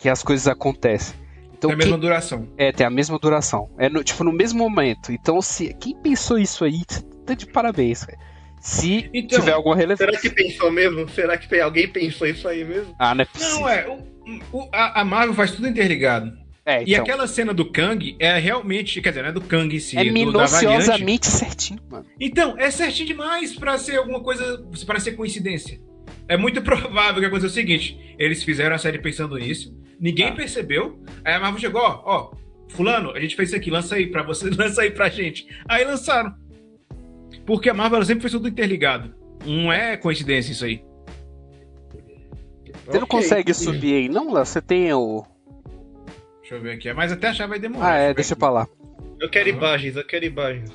Speaker 4: que as coisas acontecem. Então,
Speaker 3: Tem a
Speaker 4: quem-
Speaker 3: mesma duração.
Speaker 4: é, tem a mesma duração. É no, tipo no mesmo momento. Então, se quem pensou isso aí, tá de parabéns, velho. Se
Speaker 3: Então,
Speaker 4: tiver alguma relevância.
Speaker 5: Será que pensou mesmo? Será que alguém pensou isso aí mesmo?
Speaker 4: Ah, não é
Speaker 3: Não,
Speaker 4: possível.
Speaker 3: é. o- o- a, a Marvel faz tudo interligado.
Speaker 4: é,
Speaker 3: E
Speaker 4: então.
Speaker 3: aquela cena do Kang é realmente. Quer dizer, não é do Kang em si,
Speaker 4: É
Speaker 3: do, da variante. né?
Speaker 4: minuciosamente certinho, mano.
Speaker 3: Então, é certinho demais pra ser alguma coisa, pra ser coincidência. É muito provável que aconteceu o seguinte: eles fizeram a série pensando nisso, ninguém
Speaker 4: Ah.
Speaker 3: percebeu, aí a Marvel chegou, ó, ó, fulano, a gente fez isso aqui, lança aí pra você, lança aí pra gente. Aí lançaram. Porque a Marvel ela sempre fez tudo interligado. Não é coincidência isso aí.
Speaker 4: Você não consegue subir aí, não, Léo? Você tem o.
Speaker 3: Deixa eu ver aqui. Mas até achar vai demorar.
Speaker 4: Ah, é,
Speaker 3: Deixa
Speaker 4: deixa
Speaker 3: eu ver
Speaker 4: pra lá.
Speaker 5: Eu quero imagens, eu quero imagens.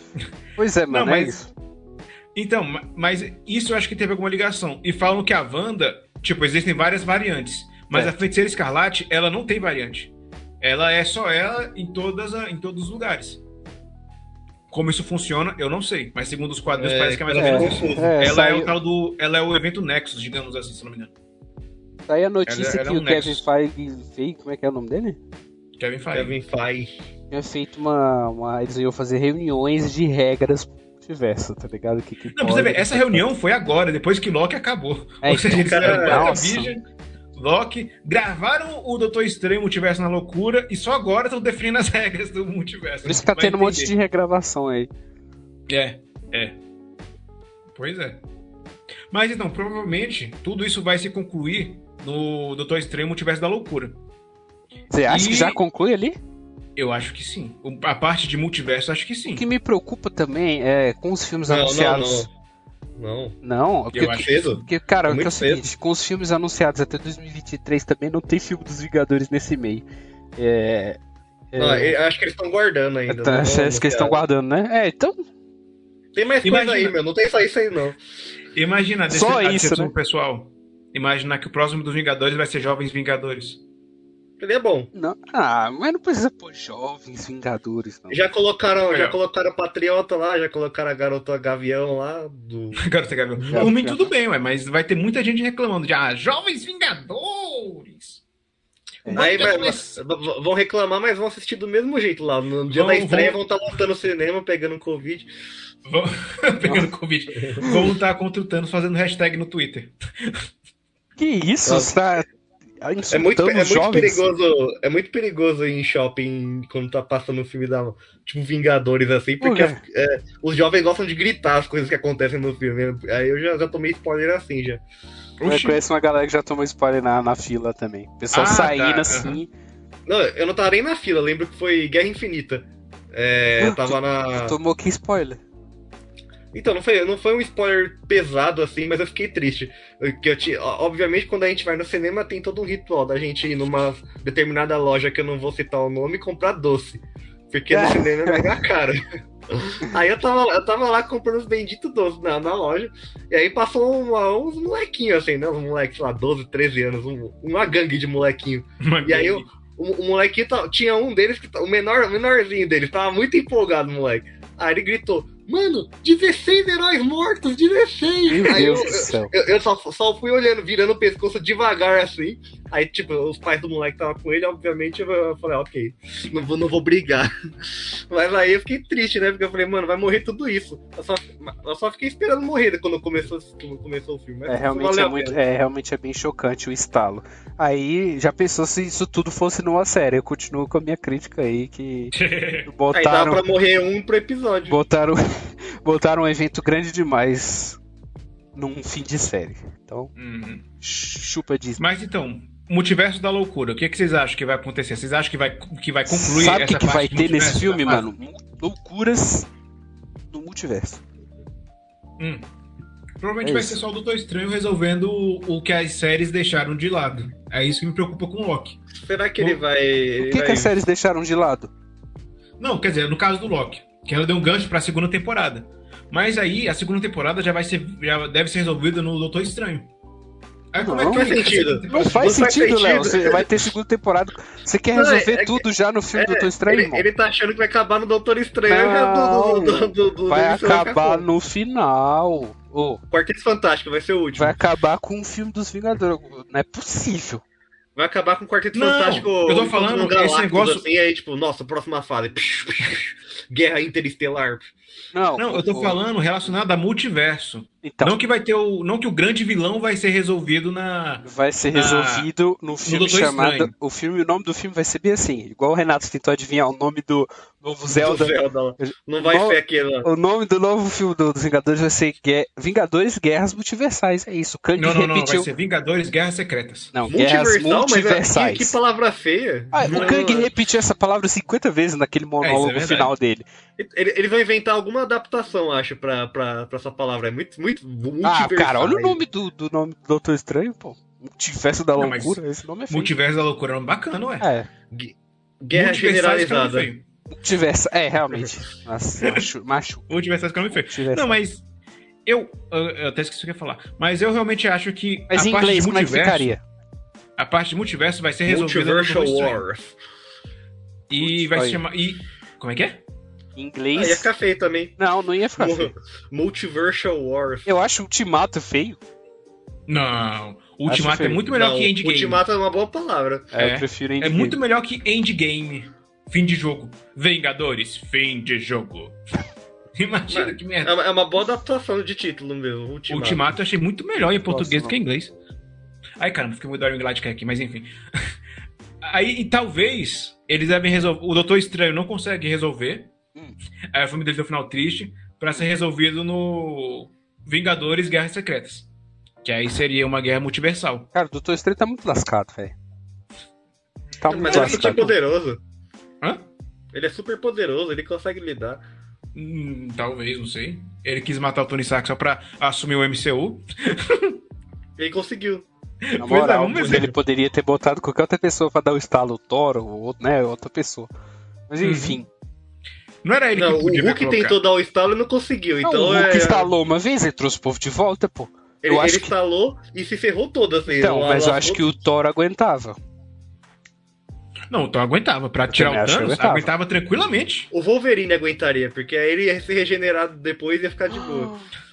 Speaker 4: Pois é, mano, é
Speaker 3: mas-
Speaker 4: isso.
Speaker 3: aqui. Então, ma- mas isso eu acho que teve alguma ligação. E falam que a Wanda, tipo, existem várias variantes. Mas
Speaker 4: É.
Speaker 3: a feiticeira escarlate, ela não tem variante. Ela é só ela em, todas a- em todos os lugares. Como isso funciona, eu não sei. Mas segundo os quadrinhos, parece que é mais ou
Speaker 5: é,
Speaker 3: menos. isso.
Speaker 5: confuso.
Speaker 4: É,
Speaker 3: ela é
Speaker 4: saiu,
Speaker 3: o tal do. Ela é o evento Nexus, digamos assim, se não me engano.
Speaker 4: saiu a notícia
Speaker 3: ela- ela
Speaker 4: que
Speaker 3: é
Speaker 4: o
Speaker 3: um
Speaker 4: Kevin
Speaker 3: nexo.
Speaker 4: Feige fez, como é que é o nome dele?
Speaker 3: Kevin
Speaker 4: É.
Speaker 3: Feige.
Speaker 5: Kevin Feige.
Speaker 4: Tinha feito uma. uma eles iam fazer reuniões de regras pro multiverso, tá ligado? Que, que
Speaker 3: Não, pra você
Speaker 4: pode-
Speaker 3: ver, essa reunião foi agora, depois que Loki acabou.
Speaker 4: É,
Speaker 3: Ou seja, eles
Speaker 5: cara,
Speaker 3: fizeram
Speaker 4: nossa.
Speaker 3: WandaVision, Loki, gravaram o Doutor Estranho Multiverso na Loucura e só agora estão definindo as regras do multiverso.
Speaker 4: Por isso que tá
Speaker 3: Vai
Speaker 4: tendo um monte de
Speaker 3: entender.
Speaker 4: regravação aí.
Speaker 3: É, é. Pois é. Mas então, provavelmente, tudo isso vai se concluir no Doutor Estranho Multiverso da Loucura.
Speaker 4: Você acha
Speaker 3: E-
Speaker 4: que já conclui ali?
Speaker 3: Eu acho que sim. O- A parte de multiverso, acho que sim.
Speaker 4: O que me preocupa também é com os filmes
Speaker 5: Não, não,
Speaker 4: anunciados.
Speaker 5: não. Não.
Speaker 4: Não, porque
Speaker 3: Eu acho
Speaker 5: Cedo?
Speaker 4: Porque, cara,
Speaker 5: É
Speaker 4: o que é o
Speaker 5: muito
Speaker 4: seguinte, com os filmes anunciados até 2023 também não tem filme dos Vingadores nesse meio. É. é
Speaker 5: Não, né? eu acho que eles estão guardando ainda.
Speaker 4: tá,
Speaker 5: não
Speaker 4: essa-
Speaker 5: vão
Speaker 4: essa que eles estão
Speaker 5: anunciar.
Speaker 4: guardando, né? É, então.
Speaker 5: Tem mais coisa
Speaker 3: Imagina.
Speaker 5: aí, meu. Não tem só isso aí, não.
Speaker 3: Imagina a, dece
Speaker 4: Só
Speaker 3: a
Speaker 4: isso,
Speaker 3: decepção
Speaker 4: né?
Speaker 3: pessoal. Imaginar que o próximo dos Vingadores vai ser Jovens Vingadores.
Speaker 5: Ele é bom.
Speaker 4: Não, ah, mas não precisa pôr jovens Vingadores, não.
Speaker 5: Já colocaram, já
Speaker 3: É.
Speaker 5: colocaram a Patriota lá, já colocaram a garota Gavião lá. Do...
Speaker 3: Garota Gavião.
Speaker 4: Já-
Speaker 3: Por mim,
Speaker 4: já-
Speaker 3: tudo bem, ué, mas vai ter muita gente reclamando de ah, Jovens Vingadores.
Speaker 4: É.
Speaker 5: Aí vai,
Speaker 3: mas-
Speaker 5: v- vão reclamar, mas vão assistir do mesmo jeito lá. No dia
Speaker 3: Vão-
Speaker 5: da estreia vão
Speaker 3: vão-
Speaker 5: estar lotando o cinema, pegando um Covid.
Speaker 3: Vão... Pegando Covid. Vão lutar contra o Thanos fazendo hashtag no Twitter.
Speaker 4: Que isso?
Speaker 5: Nossa.
Speaker 4: Você tá
Speaker 5: É muito,
Speaker 4: insultando
Speaker 5: é muito
Speaker 4: jovens?
Speaker 5: perigoso. É muito perigoso ir em shopping quando tá passando um filme da. Tipo, Vingadores, assim,
Speaker 4: Por
Speaker 5: porque
Speaker 4: quê?
Speaker 5: as- é, os jovens gostam de gritar as coisas que acontecem no filme. Aí eu já, já tomei spoiler assim já.
Speaker 4: Eu
Speaker 3: Oxi.
Speaker 4: conheço uma galera que já tomou spoiler na, na fila também. O pessoal
Speaker 3: Ah,
Speaker 4: saindo
Speaker 3: tá,
Speaker 4: assim.
Speaker 5: Não, eu não tava nem na fila, lembro que foi Guerra Infinita. É, eu tava na.
Speaker 4: Tomou que spoiler?
Speaker 5: Então, não foi, não foi um spoiler pesado assim, mas eu fiquei triste. Eu- Que eu ti- ó, obviamente, quando a gente vai no cinema, tem todo um ritual da gente ir numa determinada loja que eu não vou citar o nome e comprar doce. Porque no cinema é mega caro. Aí eu tava, eu tava lá comprando os benditos doces na, na loja. E aí passou uma- uns molequinhos assim, né? Uns moleques, sei lá, 12, 13 anos. um- uma gangue de molequinho. E aí eu- o, o molequinho tá- tinha um deles, que, tá- o, menor, o menorzinho dele, tava muito empolgado, moleque. Aí ele gritou: Mano, 16 heróis mortos, 16!
Speaker 4: Meu
Speaker 5: aí eu,
Speaker 4: Deus do céu.
Speaker 5: eu, eu só, só fui olhando, virando o pescoço devagar assim. Aí, tipo, os pais do moleque estavam com ele, obviamente, eu falei, ok, não vou, não vou brigar. Mas aí eu fiquei triste, né? Porque eu falei, mano, vai morrer tudo isso. Eu só, eu só fiquei esperando morrer quando começou, quando começou o filme. mas
Speaker 4: É realmente
Speaker 5: valeu
Speaker 4: é,
Speaker 5: a
Speaker 4: muito,
Speaker 5: pena.
Speaker 4: é, realmente é bem chocante o estalo. Aí já pensou se isso tudo fosse numa série. Eu continuo com a minha crítica aí que
Speaker 5: Aí dava
Speaker 4: botaram
Speaker 5: pra morrer um pro episódio.
Speaker 4: botaram botaram um evento grande demais num fim de série. Então,
Speaker 3: Uhum.
Speaker 4: ch- chupa disso.
Speaker 3: Mas então, multiverso da loucura, o que, que vocês acham que vai acontecer? Vocês acham que vai, que vai concluir
Speaker 4: Sabe o
Speaker 3: essa
Speaker 4: que, que
Speaker 3: parte
Speaker 4: vai
Speaker 3: do
Speaker 4: ter nesse
Speaker 3: multiverso Ah,
Speaker 4: filme,
Speaker 3: da
Speaker 4: mano? Loucuras do multiverso.
Speaker 3: Hum. Provavelmente
Speaker 4: É
Speaker 3: vai
Speaker 4: isso.
Speaker 3: ser só o Doutor Estranho resolvendo o, o que as séries deixaram de lado. É isso que me preocupa com o Loki.
Speaker 5: Será que ele vai.
Speaker 4: O
Speaker 5: ele
Speaker 4: que, é que
Speaker 5: vai-
Speaker 4: as séries deixaram de lado?
Speaker 3: Não, quer dizer, no caso do Loki, que ela deu um gancho pra segunda temporada. Mas aí a segunda temporada já vai ser já deve ser resolvida no Doutor Estranho. Aí como
Speaker 4: Não,
Speaker 3: é que
Speaker 5: faz sentido.
Speaker 4: Não faz
Speaker 5: Não faz
Speaker 4: sentido, Léo.
Speaker 5: sentido.
Speaker 4: Você vai ter segunda temporada. Você quer
Speaker 5: Não, é-
Speaker 4: resolver
Speaker 5: é que-
Speaker 4: tudo já no filme
Speaker 5: é,
Speaker 4: do Doutor Estranho,
Speaker 5: Ele,
Speaker 4: irmão?
Speaker 5: ele tá achando que vai acabar no Doutor Estranho. já do- do- do- do- do-
Speaker 4: Vai
Speaker 5: do- do- do-
Speaker 4: acabar no final. Ô,
Speaker 5: Quarteto Fantástico, vai ser o último. Vai,
Speaker 4: vai acabar com o filme dos Vingadores. Não é possível.
Speaker 5: acabar com o Quarteto
Speaker 3: Não,
Speaker 5: Fantástico.
Speaker 3: eu tô falando,
Speaker 5: encontrando
Speaker 3: esse
Speaker 5: Galactus,
Speaker 3: negócio-
Speaker 5: Assim, e aí, tipo, nossa, próxima fase. Guerra interestelar.
Speaker 4: Não,
Speaker 3: Não, eu tô
Speaker 4: ô,
Speaker 3: falando relacionado a multiverso.
Speaker 4: Então,
Speaker 3: Não que vai ter o não que o grande vilão vai ser resolvido na
Speaker 4: vai ser
Speaker 3: na-
Speaker 4: resolvido no filme
Speaker 3: Ah, Doutor
Speaker 4: chamado.
Speaker 3: Estranho.
Speaker 4: O, filme, o nome do filme vai ser bem assim. Igual o Renato tentou adivinhar o nome do novo
Speaker 5: Do
Speaker 4: Zelda.
Speaker 5: Zelda lá. Não vai
Speaker 4: Não-
Speaker 5: ser aquela.
Speaker 4: O nome do novo filme do- dos Vingadores vai ser Gue- Vingadores Guerras Multiversais. É isso. O Kang
Speaker 3: Não, não, não, vai
Speaker 4: repetiu.
Speaker 3: ser Vingadores Guerras Secretas.
Speaker 4: Não, guerras
Speaker 5: Multiversal, mas é,
Speaker 4: multiversais.
Speaker 5: que, que palavra feia.
Speaker 4: Ah,
Speaker 5: Não,
Speaker 4: o Kang repetiu essa palavra 50 vezes naquele monólogo
Speaker 3: É, verdade.
Speaker 4: final dele.
Speaker 5: ele- Eles vão inventar alguma adaptação, acho, pra, pra, pra essa palavra. É muito, muito
Speaker 4: Ah,
Speaker 5: multiversal.
Speaker 4: cara, olha o nome do, do nome do Doutor Estranho, pô. Multiverso da
Speaker 3: Não, mas-
Speaker 4: loucura, esse nome é feio.
Speaker 3: Multiverso da loucura é um nome bacana, ué.
Speaker 4: É,
Speaker 5: Guerra
Speaker 3: Multiversais que é um nome
Speaker 5: generalizada.
Speaker 3: feio.
Speaker 4: multiverso, é, realmente. Nossa, macho, macho.
Speaker 3: Multiversais que é um nome feio.
Speaker 4: Multiverso.
Speaker 3: Não, mas eu, eu, eu até esqueci o que eu ia falar. Mas eu realmente acho que
Speaker 4: Mas
Speaker 3: a
Speaker 4: em
Speaker 3: parte
Speaker 4: inglês,
Speaker 3: de
Speaker 4: como é que
Speaker 3: multiverso,
Speaker 4: ficaria?
Speaker 3: a parte de multiverso vai ser resolvida no
Speaker 5: Multiversal
Speaker 3: Doutor Estranho.
Speaker 5: Wars.
Speaker 4: É
Speaker 3: e vai se
Speaker 4: Aí.
Speaker 3: chamar e como é que é?
Speaker 4: Em
Speaker 5: Ah, ia
Speaker 4: inglês?
Speaker 5: ficar feio também.
Speaker 4: Não, não ia ficar feio.
Speaker 5: Multiversal Wars.
Speaker 3: É
Speaker 4: Eu acho Ultimato feio.
Speaker 3: Não, Ultimato é
Speaker 4: feio.
Speaker 3: muito melhor
Speaker 5: Não,
Speaker 3: que Endgame.
Speaker 5: Ultimato é uma boa palavra.
Speaker 4: É,
Speaker 3: É,
Speaker 4: eu prefiro
Speaker 3: É
Speaker 4: Endgame.
Speaker 3: muito melhor que Endgame. Fim de jogo. Vingadores, fim de jogo. Imagina que
Speaker 5: É
Speaker 3: merda.
Speaker 5: uma, é uma boa adaptação de título mesmo. Ultimato.
Speaker 3: Ultimato eu achei muito melhor em português
Speaker 4: Nossa,
Speaker 3: do que em inglês. Ai, caramba, fiquei muito doido em inglês aqui, mas enfim. Aí, e talvez, eles devem resolver... O Doutor Estranho não consegue resolver.
Speaker 4: Hum.
Speaker 3: Aí o filme dele tem um final triste pra ser resolvido no Vingadores Guerras Secretas. Que aí seria uma guerra multiversal.
Speaker 4: Cara, o Doutor Estranho tá muito lascado, velho. Tá muito
Speaker 5: Mas ele é
Speaker 4: lascado.
Speaker 5: super poderoso.
Speaker 3: Hã?
Speaker 5: Ele é super poderoso, ele consegue lidar.
Speaker 3: Hum, talvez, não sei. Ele quis matar o Tony Stark só pra assumir o MCU.
Speaker 5: Ele conseguiu.
Speaker 4: Na
Speaker 3: Pois é,
Speaker 4: moral,
Speaker 3: vamos ver se
Speaker 4: ele
Speaker 3: ele-
Speaker 4: poderia ter botado qualquer outra pessoa pra dar o estalo, o Thor, ou outro, né, outra pessoa. Mas
Speaker 3: Uhum.
Speaker 4: enfim,
Speaker 3: Não era ele
Speaker 5: não,
Speaker 3: que
Speaker 5: o
Speaker 3: podia
Speaker 5: Hulk
Speaker 3: colocar.
Speaker 5: tentou dar o estalo e não conseguiu.
Speaker 4: Não,
Speaker 5: então
Speaker 4: o Hulk
Speaker 5: é,
Speaker 4: instalou uma vez, ele trouxe o povo de volta, pô.
Speaker 5: ele,
Speaker 4: eu acho
Speaker 5: ele
Speaker 4: que-
Speaker 5: instalou e se ferrou todo assim.
Speaker 4: Então,
Speaker 5: lá-
Speaker 4: mas eu
Speaker 5: lá-
Speaker 4: acho que o Thor aguentava.
Speaker 3: Não, então aguentava. Pra tirar
Speaker 4: também
Speaker 3: o
Speaker 4: acho que
Speaker 3: Thanos,
Speaker 4: aguentava.
Speaker 3: aguentava. tranquilamente.
Speaker 5: o Wolverine aguentaria, porque aí ele ia se regenerar depois e ia ficar de boa.
Speaker 4: Ah.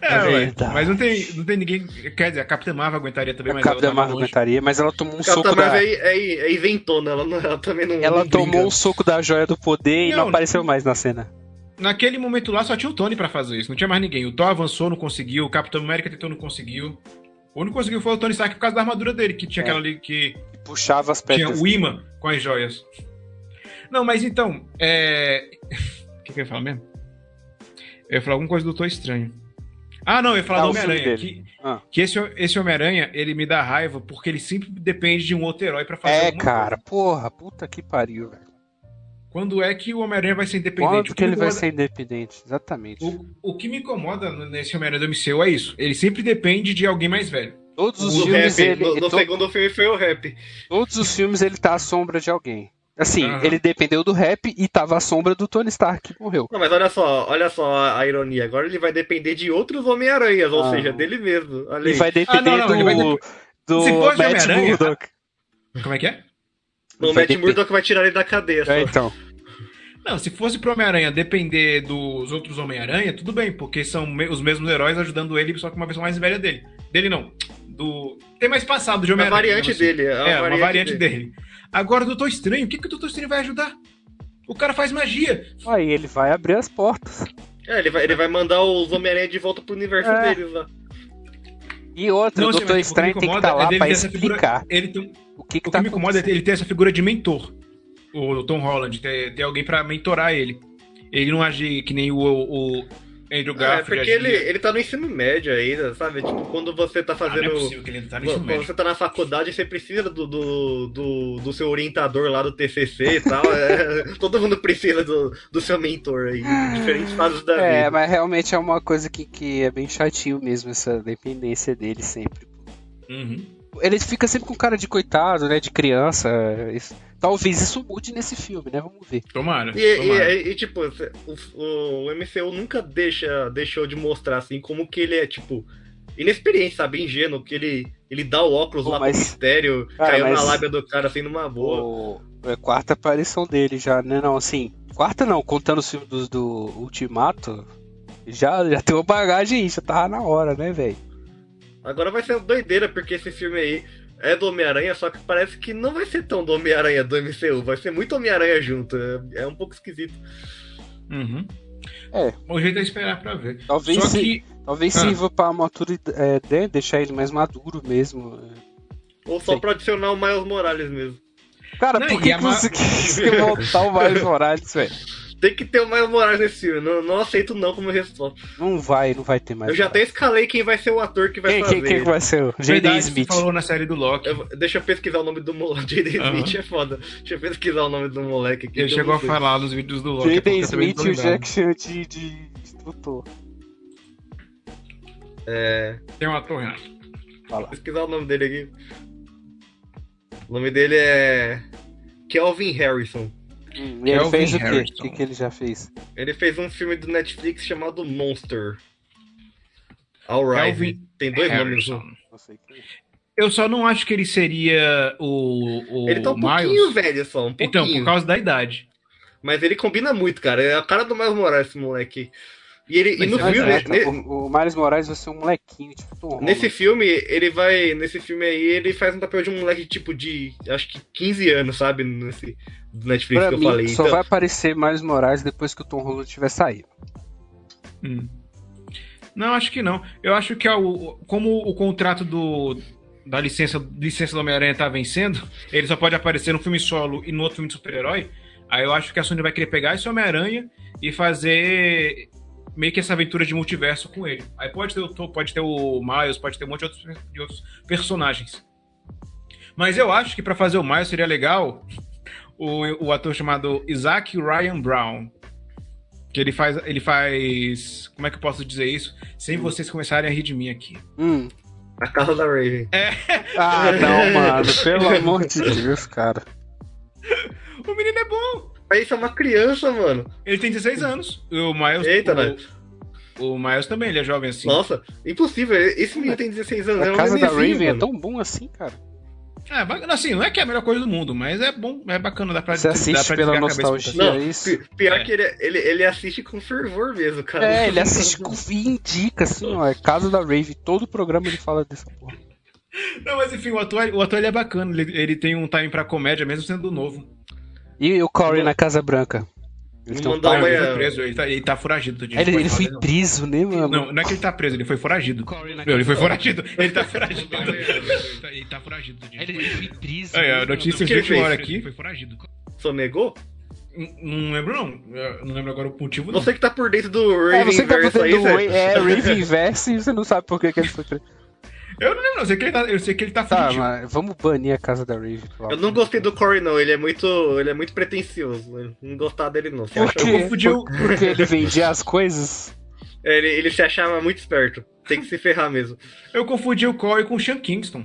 Speaker 3: É,
Speaker 4: É
Speaker 3: ué.
Speaker 4: verdade.
Speaker 3: Mas não tem, não tem ninguém. Quer dizer, a Capitã Marvel aguentaria também,
Speaker 4: a
Speaker 3: mas
Speaker 4: Capitã
Speaker 3: ela tava
Speaker 4: Marvel
Speaker 3: longe.
Speaker 4: aguentaria, mas ela tomou um
Speaker 5: Ela
Speaker 4: soco
Speaker 5: tá
Speaker 4: da.
Speaker 5: mais é, é, é inventona, ela, não- ela também não.
Speaker 4: Ela
Speaker 5: não brinca.
Speaker 4: tomou um soco da joia do poder e
Speaker 3: Não,
Speaker 4: não
Speaker 3: não.
Speaker 4: apareceu mais na cena.
Speaker 3: Naquele momento lá só tinha o Tony pra fazer isso. Não tinha mais ninguém. O Thor avançou, não conseguiu. O Capitão América tentou, não conseguiu. O único que conseguiu foi o Tony Stark por causa da armadura dele, que tinha
Speaker 4: É. assim.
Speaker 3: aquela ali que
Speaker 4: E puxava as
Speaker 3: tinha
Speaker 4: pedras.
Speaker 3: o imã com as joias. Não, mas então, é. O que, que eu ia falar mesmo? Eu ia falar alguma coisa do Doutor Estranho. Ah, não, eu ia falar
Speaker 4: Ah,
Speaker 3: do
Speaker 4: o filme
Speaker 3: Homem-Aranha. Que,
Speaker 4: dele. Ah.
Speaker 3: que esse, esse Homem-Aranha, ele me dá raiva porque ele sempre depende de um outro herói pra fazer
Speaker 4: É,
Speaker 3: alguma
Speaker 4: cara, porra, puta que pariu, velho.
Speaker 3: coisa. Quando é que o Homem-Aranha vai ser independente?
Speaker 4: Quanto
Speaker 3: O
Speaker 4: que ele
Speaker 3: me
Speaker 4: vai
Speaker 3: incomoda-
Speaker 4: ser independente? Exatamente.
Speaker 3: O, o que me incomoda no- nesse Homem-Aranha do MCU é isso. Ele sempre depende de alguém mais velho.
Speaker 4: Todos os
Speaker 5: O
Speaker 4: filmes
Speaker 3: é
Speaker 5: rap,
Speaker 4: ele.
Speaker 5: no, no
Speaker 4: to-
Speaker 5: segundo filme foi o rap.
Speaker 4: Todos os filmes ele tá à sombra de alguém. Assim,
Speaker 3: Aham.
Speaker 4: ele dependeu do rap e tava à sombra do Tony Stark, que morreu.
Speaker 5: Não, mas olha só, olha só a, a ironia. Agora ele vai depender de outros Homem-Aranhas, ou
Speaker 4: Ah.
Speaker 5: seja, dele mesmo. Olha
Speaker 4: Ele
Speaker 5: aí.
Speaker 4: vai depender
Speaker 3: Ah, não, não,
Speaker 4: do.
Speaker 3: ele vai dep-
Speaker 4: do
Speaker 3: Se fosse
Speaker 4: Matt
Speaker 3: Homem-Aranha-
Speaker 4: Murdock.
Speaker 3: Como é que é?
Speaker 5: O
Speaker 4: vai
Speaker 5: Matt
Speaker 4: depender-
Speaker 5: Murdock vai tirar ele da cadeia. só.
Speaker 4: É, então.
Speaker 3: Não, se fosse pro Homem-Aranha depender dos outros Homem-Aranha, tudo bem, porque são me- os mesmos heróis ajudando ele, só que uma versão mais velha dele. Dele não. Do. Tem mais passado de
Speaker 5: É uma
Speaker 3: Homem-Aranha.
Speaker 5: variante
Speaker 3: digamos
Speaker 5: dele.
Speaker 3: assim. É, uma variante, dele. Agora, o Doutor Estranho, o que, que o Doutor Estranho vai ajudar? O cara faz magia.
Speaker 4: Aí ele vai abrir as portas.
Speaker 5: É, ele vai, ele vai mandar os Homem-Aranha de volta pro universo
Speaker 4: É.
Speaker 5: deles lá.
Speaker 4: E outro,
Speaker 3: Não,
Speaker 4: o
Speaker 3: assim, mas
Speaker 4: Doutor
Speaker 3: o que me
Speaker 4: Estranho tem que
Speaker 3: incomoda
Speaker 4: estar lá
Speaker 3: dele
Speaker 4: pra
Speaker 3: ter essa figura-
Speaker 4: explicar
Speaker 3: Ele tem,
Speaker 4: o que, que
Speaker 3: O
Speaker 4: tá
Speaker 3: que me incomoda é
Speaker 4: acontecendo.
Speaker 3: ele ter essa figura de mentor, o Tom Holland, ter, ter alguém pra mentorar ele. Ele não age que nem o, o Andrew
Speaker 5: Ah, É,
Speaker 3: Garfield.
Speaker 5: porque
Speaker 3: agia.
Speaker 5: ele, ele tá no ensino médio ainda, sabe? Tipo, quando você tá
Speaker 3: Ah, não é
Speaker 5: fazendo.
Speaker 3: possível que ele ainda tá no ensino
Speaker 5: Quando
Speaker 3: médio.
Speaker 5: você tá na faculdade, você precisa do, do, do, do seu orientador lá do TCC e tal. é. todo mundo precisa do, do seu mentor aí, em diferentes fases da
Speaker 4: É,
Speaker 5: vida.
Speaker 4: mas realmente é uma coisa que, que é bem chatinho mesmo, essa dependência dele sempre.
Speaker 3: Uhum.
Speaker 4: Ele fica sempre com cara de coitado, né? De criança. é Isso- Talvez isso mude nesse filme, né? Vamos ver.
Speaker 3: Tomara.
Speaker 5: E, e-
Speaker 3: tomara.
Speaker 5: e- e, tipo, o, o MCU nunca deixa, deixou de mostrar assim como que ele é, tipo, inexperiente, sabe? Ingênuo, que ele, ele dá o óculos
Speaker 4: Pô,
Speaker 5: lá
Speaker 4: mas-
Speaker 5: pro mistério,
Speaker 4: Cara,
Speaker 5: caiu na
Speaker 4: mas-
Speaker 5: lábia do cara assim numa boa.
Speaker 4: O- É a quarta aparição dele já, né? Não, assim. Quarta não, contando os filmes do, do Ultimato. Já, já tem uma bagagem aí, já tava na hora, né, velho?
Speaker 5: Agora vai ser doideira, porque esse filme aí é do Homem-Aranha, só que parece que não vai ser tão do Homem-Aranha do MCU, vai ser muito Homem-Aranha junto. É, é um pouco esquisito.
Speaker 3: Uhum.
Speaker 4: É.
Speaker 3: O jeito é esperar pra ver.
Speaker 4: Talvez
Speaker 3: Só
Speaker 4: sim.
Speaker 3: que.
Speaker 4: Talvez
Speaker 3: Ah.
Speaker 4: sirva pra maturidade, é, né, deixar ele mais maduro mesmo.
Speaker 5: Ou só
Speaker 4: Sim.
Speaker 5: pra adicionar o Miles Morales mesmo.
Speaker 4: Cara,
Speaker 3: Não,
Speaker 4: por
Speaker 3: e
Speaker 4: que
Speaker 3: a
Speaker 4: que
Speaker 3: ma-
Speaker 4: você quis voltar o Miles Morales, velho?
Speaker 5: Tem que ter o Miles Morales nesse filme, não, não aceito não como resposta.
Speaker 4: Não vai, não vai ter mais.
Speaker 5: Eu já
Speaker 4: Morales.
Speaker 5: até escalei quem vai ser o ator que vai
Speaker 4: Quem,
Speaker 5: fazer.
Speaker 4: quem, quem que vai ser o Jaden
Speaker 3: Verdade, você
Speaker 4: Smith?
Speaker 3: falou na série do Loki.
Speaker 5: Eu vou- deixa eu pesquisar o nome do moleque. Jaden
Speaker 3: Aham.
Speaker 5: Smith é foda. Deixa eu pesquisar o nome do moleque aqui.
Speaker 3: Ele
Speaker 5: que eu
Speaker 3: chegou
Speaker 5: não
Speaker 3: a
Speaker 5: sei.
Speaker 3: falar nos vídeos do Loki. é porque
Speaker 4: Jaden
Speaker 3: eu também não
Speaker 4: Smith
Speaker 3: tô
Speaker 4: e o
Speaker 3: lembrado.
Speaker 4: Jack Chan de, de instrutor.
Speaker 5: É,
Speaker 3: Tem um ator, Renato.
Speaker 5: pesquisar o nome dele aqui. O nome dele é. Kelvin Harrison. É
Speaker 4: Hum, E ele
Speaker 3: Kelvin
Speaker 4: fez o quê? O
Speaker 5: tá
Speaker 3: Harrison.
Speaker 4: que, que ele já fez?
Speaker 5: Ele fez um filme do Netflix chamado Monster. All Right.
Speaker 3: Kelvin
Speaker 5: Tem dois nomes. né?
Speaker 3: Harrison.
Speaker 4: Não sei quem.
Speaker 3: Eu só não acho que ele seria o. o
Speaker 5: Ele tá um
Speaker 3: Miles.
Speaker 5: pouquinho velho só, um pouquinho.
Speaker 3: Então, por causa da idade.
Speaker 5: Mas ele combina muito, cara. É a cara do Miles Morales, esse moleque. E, ele, e
Speaker 3: Mas
Speaker 5: no
Speaker 3: é
Speaker 4: Mas,
Speaker 5: filme,
Speaker 4: né,
Speaker 5: ne-
Speaker 4: o, o Miles Morales vai ser um molequinho, tipo Tom Holland.
Speaker 5: nesse filme, ele vai. Nesse filme aí, ele faz um papel de um moleque tipo de. Acho que 15 anos, sabe? Nesse do Netflix
Speaker 4: pra
Speaker 5: que eu
Speaker 4: mim,
Speaker 5: falei.
Speaker 4: só
Speaker 5: Então,
Speaker 4: vai aparecer Miles Morales depois que o Tom Holland tiver saído.
Speaker 3: Hum. Não, acho que não. Eu acho que é o- como o contrato do da licença, licença do Homem-Aranha tá vencendo, ele só pode aparecer no filme solo e no outro filme de super-herói. Aí eu acho que a Sony vai querer pegar esse Homem-Aranha e fazer meio que essa aventura de multiverso com ele. Aí pode ter o Thor, pode ter o Miles, pode ter um monte de outros, de outros personagens. Mas eu acho que pra fazer o Miles seria legal o, o ator chamado Isaac Ryan Brown. Que ele faz, ele faz. Como é que eu posso dizer isso? Sem
Speaker 5: Hum.
Speaker 3: vocês começarem a rir de mim aqui.
Speaker 4: Hum.
Speaker 5: a casa da Raven. É,
Speaker 4: Ah, não, mano. Pelo amor de Deus, cara.
Speaker 3: O menino é bom!
Speaker 5: Mas isso é uma criança, mano.
Speaker 3: Ele tem 16 anos. O Miles.
Speaker 5: Hum. Eita,
Speaker 3: o,
Speaker 5: né?
Speaker 3: o Miles também, ele é jovem assim.
Speaker 5: Nossa, impossível. Esse menino tem 16 anos. é
Speaker 4: A
Speaker 5: um
Speaker 4: casa da
Speaker 5: nenenzinho,
Speaker 4: Raven é
Speaker 5: mano.
Speaker 4: tão bom assim, cara.
Speaker 3: É, ba- assim, não é que é a melhor coisa do mundo, mas é bom, é bacana, dá pra
Speaker 4: Você
Speaker 3: dá
Speaker 4: assiste
Speaker 3: pra
Speaker 4: pela
Speaker 3: desligar a cabeça.
Speaker 4: nostalgia,
Speaker 5: Não,
Speaker 4: é isso?
Speaker 5: Pi- Pior
Speaker 3: É.
Speaker 5: que ele, ele, ele assiste com fervor mesmo, cara.
Speaker 4: É, ele assiste com- e indica, assim, ó. É casa da Raven. Todo programa ele fala dessa porra.
Speaker 3: Não, mas enfim, o ator, o ator ele é bacana, ele, ele tem um time pra comédia, mesmo sendo novo.
Speaker 4: E o Corey na Casa Branca. Ele,
Speaker 5: Vou
Speaker 4: tem um
Speaker 5: mandar
Speaker 4: pai-
Speaker 5: uma-
Speaker 3: ele
Speaker 5: é.
Speaker 3: foi preso, ele tá, ele tá foragido. tadinho,
Speaker 4: ele,
Speaker 3: não
Speaker 4: ele
Speaker 3: pode
Speaker 4: foi
Speaker 3: falar,
Speaker 4: preso, né,
Speaker 3: não.
Speaker 4: mano?
Speaker 3: Não, não é que ele tá preso, ele foi foragido.
Speaker 4: Corey na
Speaker 3: Meu, ele foi
Speaker 4: Casa
Speaker 3: foragido, ele tá foragido. Ele tá- ele tá foragido. tadinho.
Speaker 4: Ele, ele foi preso.
Speaker 5: é,
Speaker 3: Aí, ó,
Speaker 4: né,
Speaker 3: notícias
Speaker 5: que
Speaker 3: de
Speaker 5: ele
Speaker 3: última
Speaker 5: fez?
Speaker 3: hora aqui. Foi foragido.
Speaker 5: Sonegou?
Speaker 3: N- Não lembro, não. Eu não lembro agora o motivo, não.
Speaker 5: Você que tá por dentro do
Speaker 4: mano? É,
Speaker 5: Raven
Speaker 4: você que tá
Speaker 5: Verso
Speaker 4: botando
Speaker 5: aí, né?
Speaker 4: do Ra-
Speaker 5: Zé.
Speaker 4: é, Raven Verse e você não sabe por que, que ele foi preso.
Speaker 3: Eu não lembro, não. Eu sei que ele tá, eu sei que ele tá
Speaker 4: Tá,
Speaker 3: fugitivo.
Speaker 4: mas vamos banir a Casa da Raven. pelo
Speaker 5: Eu
Speaker 4: amor
Speaker 5: não
Speaker 4: de
Speaker 5: gostei
Speaker 4: Deus.
Speaker 5: do Corey, não. Ele é muito, ele é muito pretencioso. Eu Não gostar dele, não. Se
Speaker 4: Por
Speaker 5: acha-
Speaker 4: quê?
Speaker 3: confundiu-
Speaker 4: Por- Porque ele vendia as coisas?
Speaker 5: Ele, ele se achava muito esperto. Tem que se ferrar mesmo.
Speaker 3: Eu confundi o Corey com o Sean Kingston.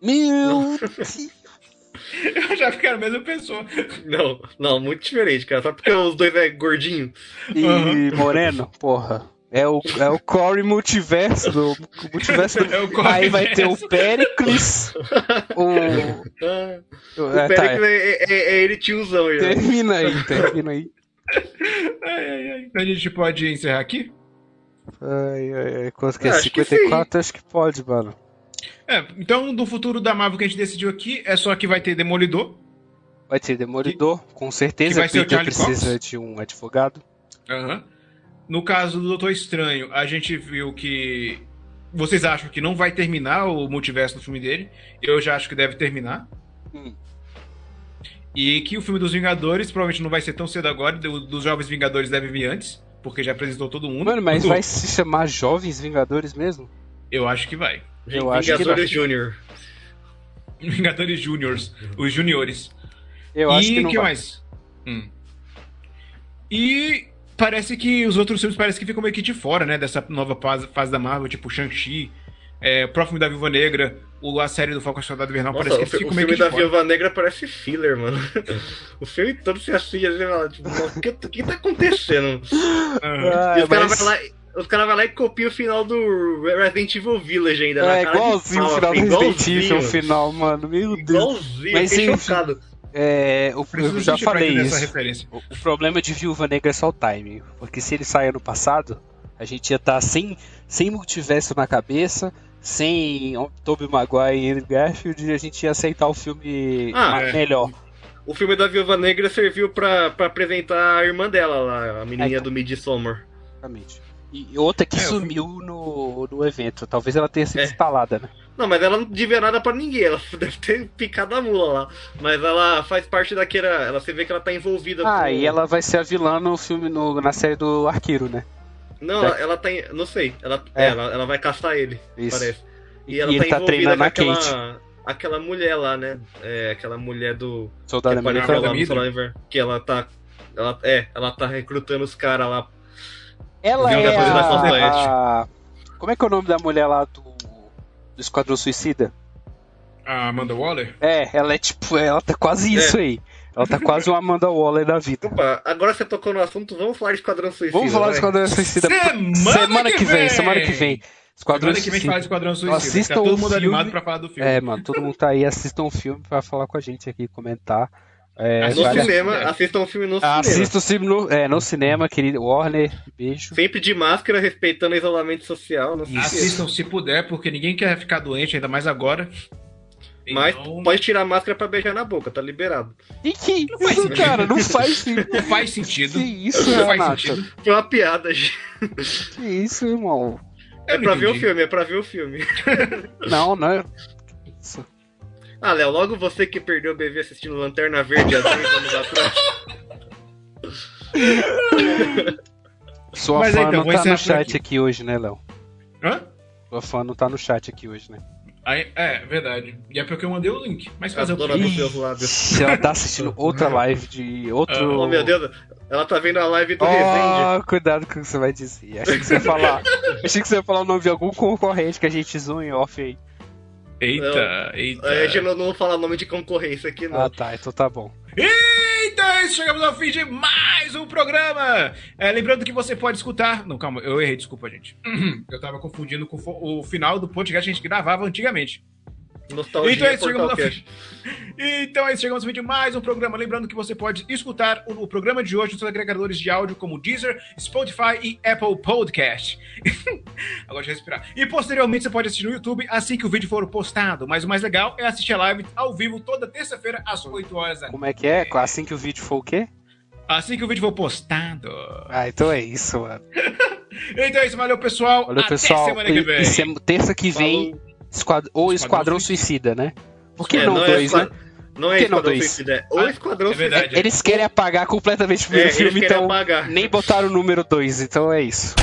Speaker 4: Meu Deus.
Speaker 3: Eu já fiquei a mesma pessoa.
Speaker 5: Não, não, muito diferente, cara. Só porque os dois é gordinho.
Speaker 4: E Moreno, porra. É o, é o Corey Multiverso. Do, o multiverso do-
Speaker 3: É o Corey
Speaker 4: Aí vai ter o
Speaker 3: Verso.
Speaker 4: Pericles. O.
Speaker 5: Ah,
Speaker 4: o
Speaker 5: o
Speaker 4: é, tá,
Speaker 5: Pericles é, é- é ele tiozão já.
Speaker 4: termina aí, termina aí.
Speaker 3: Ai, ai, ai. Então a gente pode encerrar aqui?
Speaker 4: Ai, ai, ai.
Speaker 3: Ah,
Speaker 4: Quanto que é?
Speaker 5: Acho que
Speaker 4: 54? acho que pode, mano.
Speaker 3: É, então do futuro da Marvel que a gente decidiu aqui é só que vai ter Demolidor.
Speaker 4: Vai ter Demolidor, com certeza.
Speaker 3: que vai ser o
Speaker 4: Peter
Speaker 3: Charlie
Speaker 4: precisa
Speaker 3: Cox?
Speaker 4: de um advogado.
Speaker 3: Aham. No caso do Doutor Estranho, a gente viu que. Vocês acham que não vai terminar o multiverso do filme dele? Eu já acho que deve terminar.
Speaker 4: Hum.
Speaker 3: E que o filme dos Vingadores provavelmente não vai ser tão cedo agora. do- Dos Jovens Vingadores deve vir antes, porque já apresentou todo mundo.
Speaker 4: Mano, mas
Speaker 3: Du,
Speaker 4: vai se chamar Jovens Vingadores mesmo?
Speaker 3: Eu acho que vai.
Speaker 4: Eu acho que
Speaker 5: Vingadores Júnior.
Speaker 3: Vingadores Juniors, os juniores.
Speaker 4: Eu
Speaker 3: e
Speaker 4: acho que não
Speaker 3: que
Speaker 4: vai.
Speaker 3: mais? Hum. E parece que os outros filmes parece que ficam meio que de fora, né? Dessa nova fase, fase da Marvel, tipo Shang-Chi, é, o próximo da Viúva Negra, o, a série do Falcão e o Soldado Invernal,
Speaker 5: Nossa,
Speaker 3: parece
Speaker 5: o,
Speaker 3: que
Speaker 5: fi- o
Speaker 3: ficam meio que
Speaker 5: é filme
Speaker 3: de
Speaker 5: da
Speaker 3: fora.
Speaker 5: Viúva Negra parece filler, mano. o filme todo se assiste, assim, fala, tipo, o que, o que tá acontecendo?
Speaker 3: Aham.
Speaker 4: Ah,
Speaker 5: e os caras
Speaker 4: mas-
Speaker 5: vão lá... e- Os caras vão lá e copiam o final do Resident Evil Village ainda. na
Speaker 4: É
Speaker 5: cara de
Speaker 4: igualzinho o
Speaker 5: pau,
Speaker 4: final
Speaker 5: assim,
Speaker 4: do Resident Evil, o
Speaker 5: igualzinho.
Speaker 4: final, mano. Meu Deus.
Speaker 5: Igualzinho,
Speaker 4: Mas,
Speaker 5: fiquei
Speaker 4: enfim.
Speaker 5: chocado.
Speaker 4: É, o-
Speaker 3: Preciso
Speaker 4: eu já
Speaker 3: justificar
Speaker 4: falei
Speaker 3: aqui dessa
Speaker 4: isso.
Speaker 3: referência.
Speaker 4: O o problema de Viúva Negra é só o timing. Porque se ele sair ano passado, a gente ia estar sem, sem multiverso na cabeça, sem Tobey Maguire e Andrew Garfield, e a gente ia aceitar o filme
Speaker 5: Ah,
Speaker 4: ma-
Speaker 3: é.
Speaker 4: melhor.
Speaker 5: O filme da Viúva Negra serviu pra, pra apresentar a irmã dela lá, a menininha
Speaker 4: É.
Speaker 5: do Midsommar.
Speaker 4: Exatamente. E outra que
Speaker 3: É, eu-
Speaker 4: sumiu no, no evento. Talvez ela tenha sido
Speaker 5: É.
Speaker 4: instalada, né?
Speaker 5: Não, mas ela não devia nada pra ninguém, ela deve ter picado a mula lá. Mas ela faz parte daquela. Ela você vê que ela tá envolvida
Speaker 4: Ah, e ela vai ser a vilã no filme, no- na série do Arqueiro, né?
Speaker 5: Não, ela, ela tá. em- Não sei. Ela,
Speaker 4: É.
Speaker 5: ela, ela vai caçar ele,
Speaker 4: Isso.
Speaker 5: parece.
Speaker 4: E, ele tá treinando a Kate,
Speaker 5: aquela mulher lá, né? É, aquela mulher do.
Speaker 4: soldado
Speaker 5: que é apareceu
Speaker 4: americano.
Speaker 5: lá no
Speaker 3: Midnight?
Speaker 5: Solar Inver- Que ela tá. Ela, é, ela tá recrutando os caras lá.
Speaker 4: Ela
Speaker 5: Viu
Speaker 4: é
Speaker 5: aquela coisa da
Speaker 4: a, a... Como é que é o nome da mulher lá do, do Esquadrão Suicida?
Speaker 3: A Amanda Waller?
Speaker 4: É, ela é tipo, ela tá quase isso aí. Ela tá quase uma Amanda Waller da vida.
Speaker 5: Opa, agora você tocou no assunto, vamos falar de Esquadrão Suicida.
Speaker 4: Vamos falar do
Speaker 5: vai.
Speaker 4: Esquadrão Suicida.
Speaker 3: né? Semana que
Speaker 4: que
Speaker 3: vem!
Speaker 4: semana que vem. Esquadrão
Speaker 3: Agora que vem fala de
Speaker 4: Suicida.
Speaker 3: Esquadrão Suicida.
Speaker 4: Assista
Speaker 3: tá
Speaker 4: o
Speaker 3: todo mundo
Speaker 4: filme.
Speaker 3: animado pra falar do filme.
Speaker 4: É, mano, todo mundo tá aí, assista um filme pra falar com a gente aqui, comentar. É,
Speaker 3: Assista
Speaker 5: No
Speaker 3: Vale a
Speaker 4: várias-
Speaker 5: cinema,
Speaker 3: pena.
Speaker 5: assistam o filme no cinema.
Speaker 4: Ah, assista o filme no, é, no cinema, querido Warner. Beijo.
Speaker 5: Sempre de máscara, respeitando o isolamento social. Não sei
Speaker 3: Assistam se puder, porque ninguém quer ficar doente, ainda mais agora.
Speaker 5: Mas
Speaker 3: Então,
Speaker 5: pode tirar a máscara pra beijar na boca, tá liberado.
Speaker 4: E que
Speaker 3: faz
Speaker 4: isso,
Speaker 3: sentido.
Speaker 4: cara? Não faz sentido.
Speaker 3: não faz
Speaker 4: Que
Speaker 3: sentido.
Speaker 4: isso,
Speaker 3: Não faz
Speaker 4: Renato?
Speaker 3: sentido.
Speaker 5: Foi uma piada, gente.
Speaker 4: Que isso, irmão?
Speaker 3: Eu
Speaker 5: É
Speaker 3: não
Speaker 5: pra ver o
Speaker 3: entendi.
Speaker 5: filme, é pra ver o filme.
Speaker 4: Não, né? não. Isso.
Speaker 5: Ah, Léo, logo você que perdeu o bebê assistindo Lanterna Verde há dois anos atrás.
Speaker 4: Sua
Speaker 3: Mas
Speaker 4: fã
Speaker 3: então,
Speaker 4: não
Speaker 3: vou
Speaker 4: tá
Speaker 3: encerrar por
Speaker 4: no chat
Speaker 3: aqui.
Speaker 4: aqui, hoje, né, Léo?
Speaker 3: Hã?
Speaker 4: Sua fã não tá no chat aqui hoje, né?
Speaker 3: Aí- é, verdade. E é porque eu mandei o link. Mas fazer o
Speaker 5: Adoro
Speaker 3: quê?
Speaker 5: dos seus lábios.
Speaker 4: Ixi, Ela tá assistindo outra live de outro.
Speaker 5: Oh, meu Deus, ela tá vendo a live do Resende.
Speaker 4: Oh, cuidado com o que você vai dizer. Achei que você ia falar. Achei que você ia falar o nome de algum concorrente que a gente zoou em off aí.
Speaker 3: Eita, eita.
Speaker 5: É, A gente não, não fala nome de concorrência aqui, não.
Speaker 4: É. Ah, tá, então tá bom.
Speaker 3: Então é isso, chegamos ao fim de mais um programa. É, lembrando que você pode escutar. Não, calma, eu errei, desculpa, gente. Eu tava confundindo com o fo- o final do podcast que a gente gravava antigamente.
Speaker 5: Nostalgia
Speaker 3: Então é isso, chegamos
Speaker 5: Portal
Speaker 3: ao
Speaker 5: Cash.
Speaker 3: Então é isso, chegamos ao fim de mais um programa. Lembrando que você pode escutar o, o programa de hoje nos seus agregadores de áudio como Deezer, Spotify e Apple Podcast. Agora deixa eu respirar. E posteriormente você pode assistir no YouTube assim que o vídeo for postado. Mas o mais legal é assistir a live ao vivo toda terça-feira às 8 horas da
Speaker 4: Como é que é? Assim que o vídeo for o quê?
Speaker 3: Assim que o vídeo for postado.
Speaker 4: Ah, então é isso, mano.
Speaker 3: Então é isso, valeu pessoal.
Speaker 4: Olha, pessoal.
Speaker 3: semana que vem.
Speaker 4: e sema- terça que vem,
Speaker 5: Falou.
Speaker 4: esquad...
Speaker 3: Esquadrão
Speaker 4: ou Esquadrão Suicida, né? Por que
Speaker 5: É,
Speaker 4: não,
Speaker 5: é
Speaker 4: dois,
Speaker 5: esqua-
Speaker 4: né?
Speaker 5: Não é
Speaker 4: Por que não
Speaker 5: Esquadrão
Speaker 4: dois?
Speaker 5: Suicida, é o Esquadrão
Speaker 3: É
Speaker 5: Suicida.
Speaker 3: verdade.
Speaker 4: Eles querem apagar completamente o
Speaker 5: É,
Speaker 4: primeiro
Speaker 5: eles
Speaker 4: filme,
Speaker 5: querem
Speaker 4: então
Speaker 5: apagar.
Speaker 4: nem botaram o número 2, então é isso.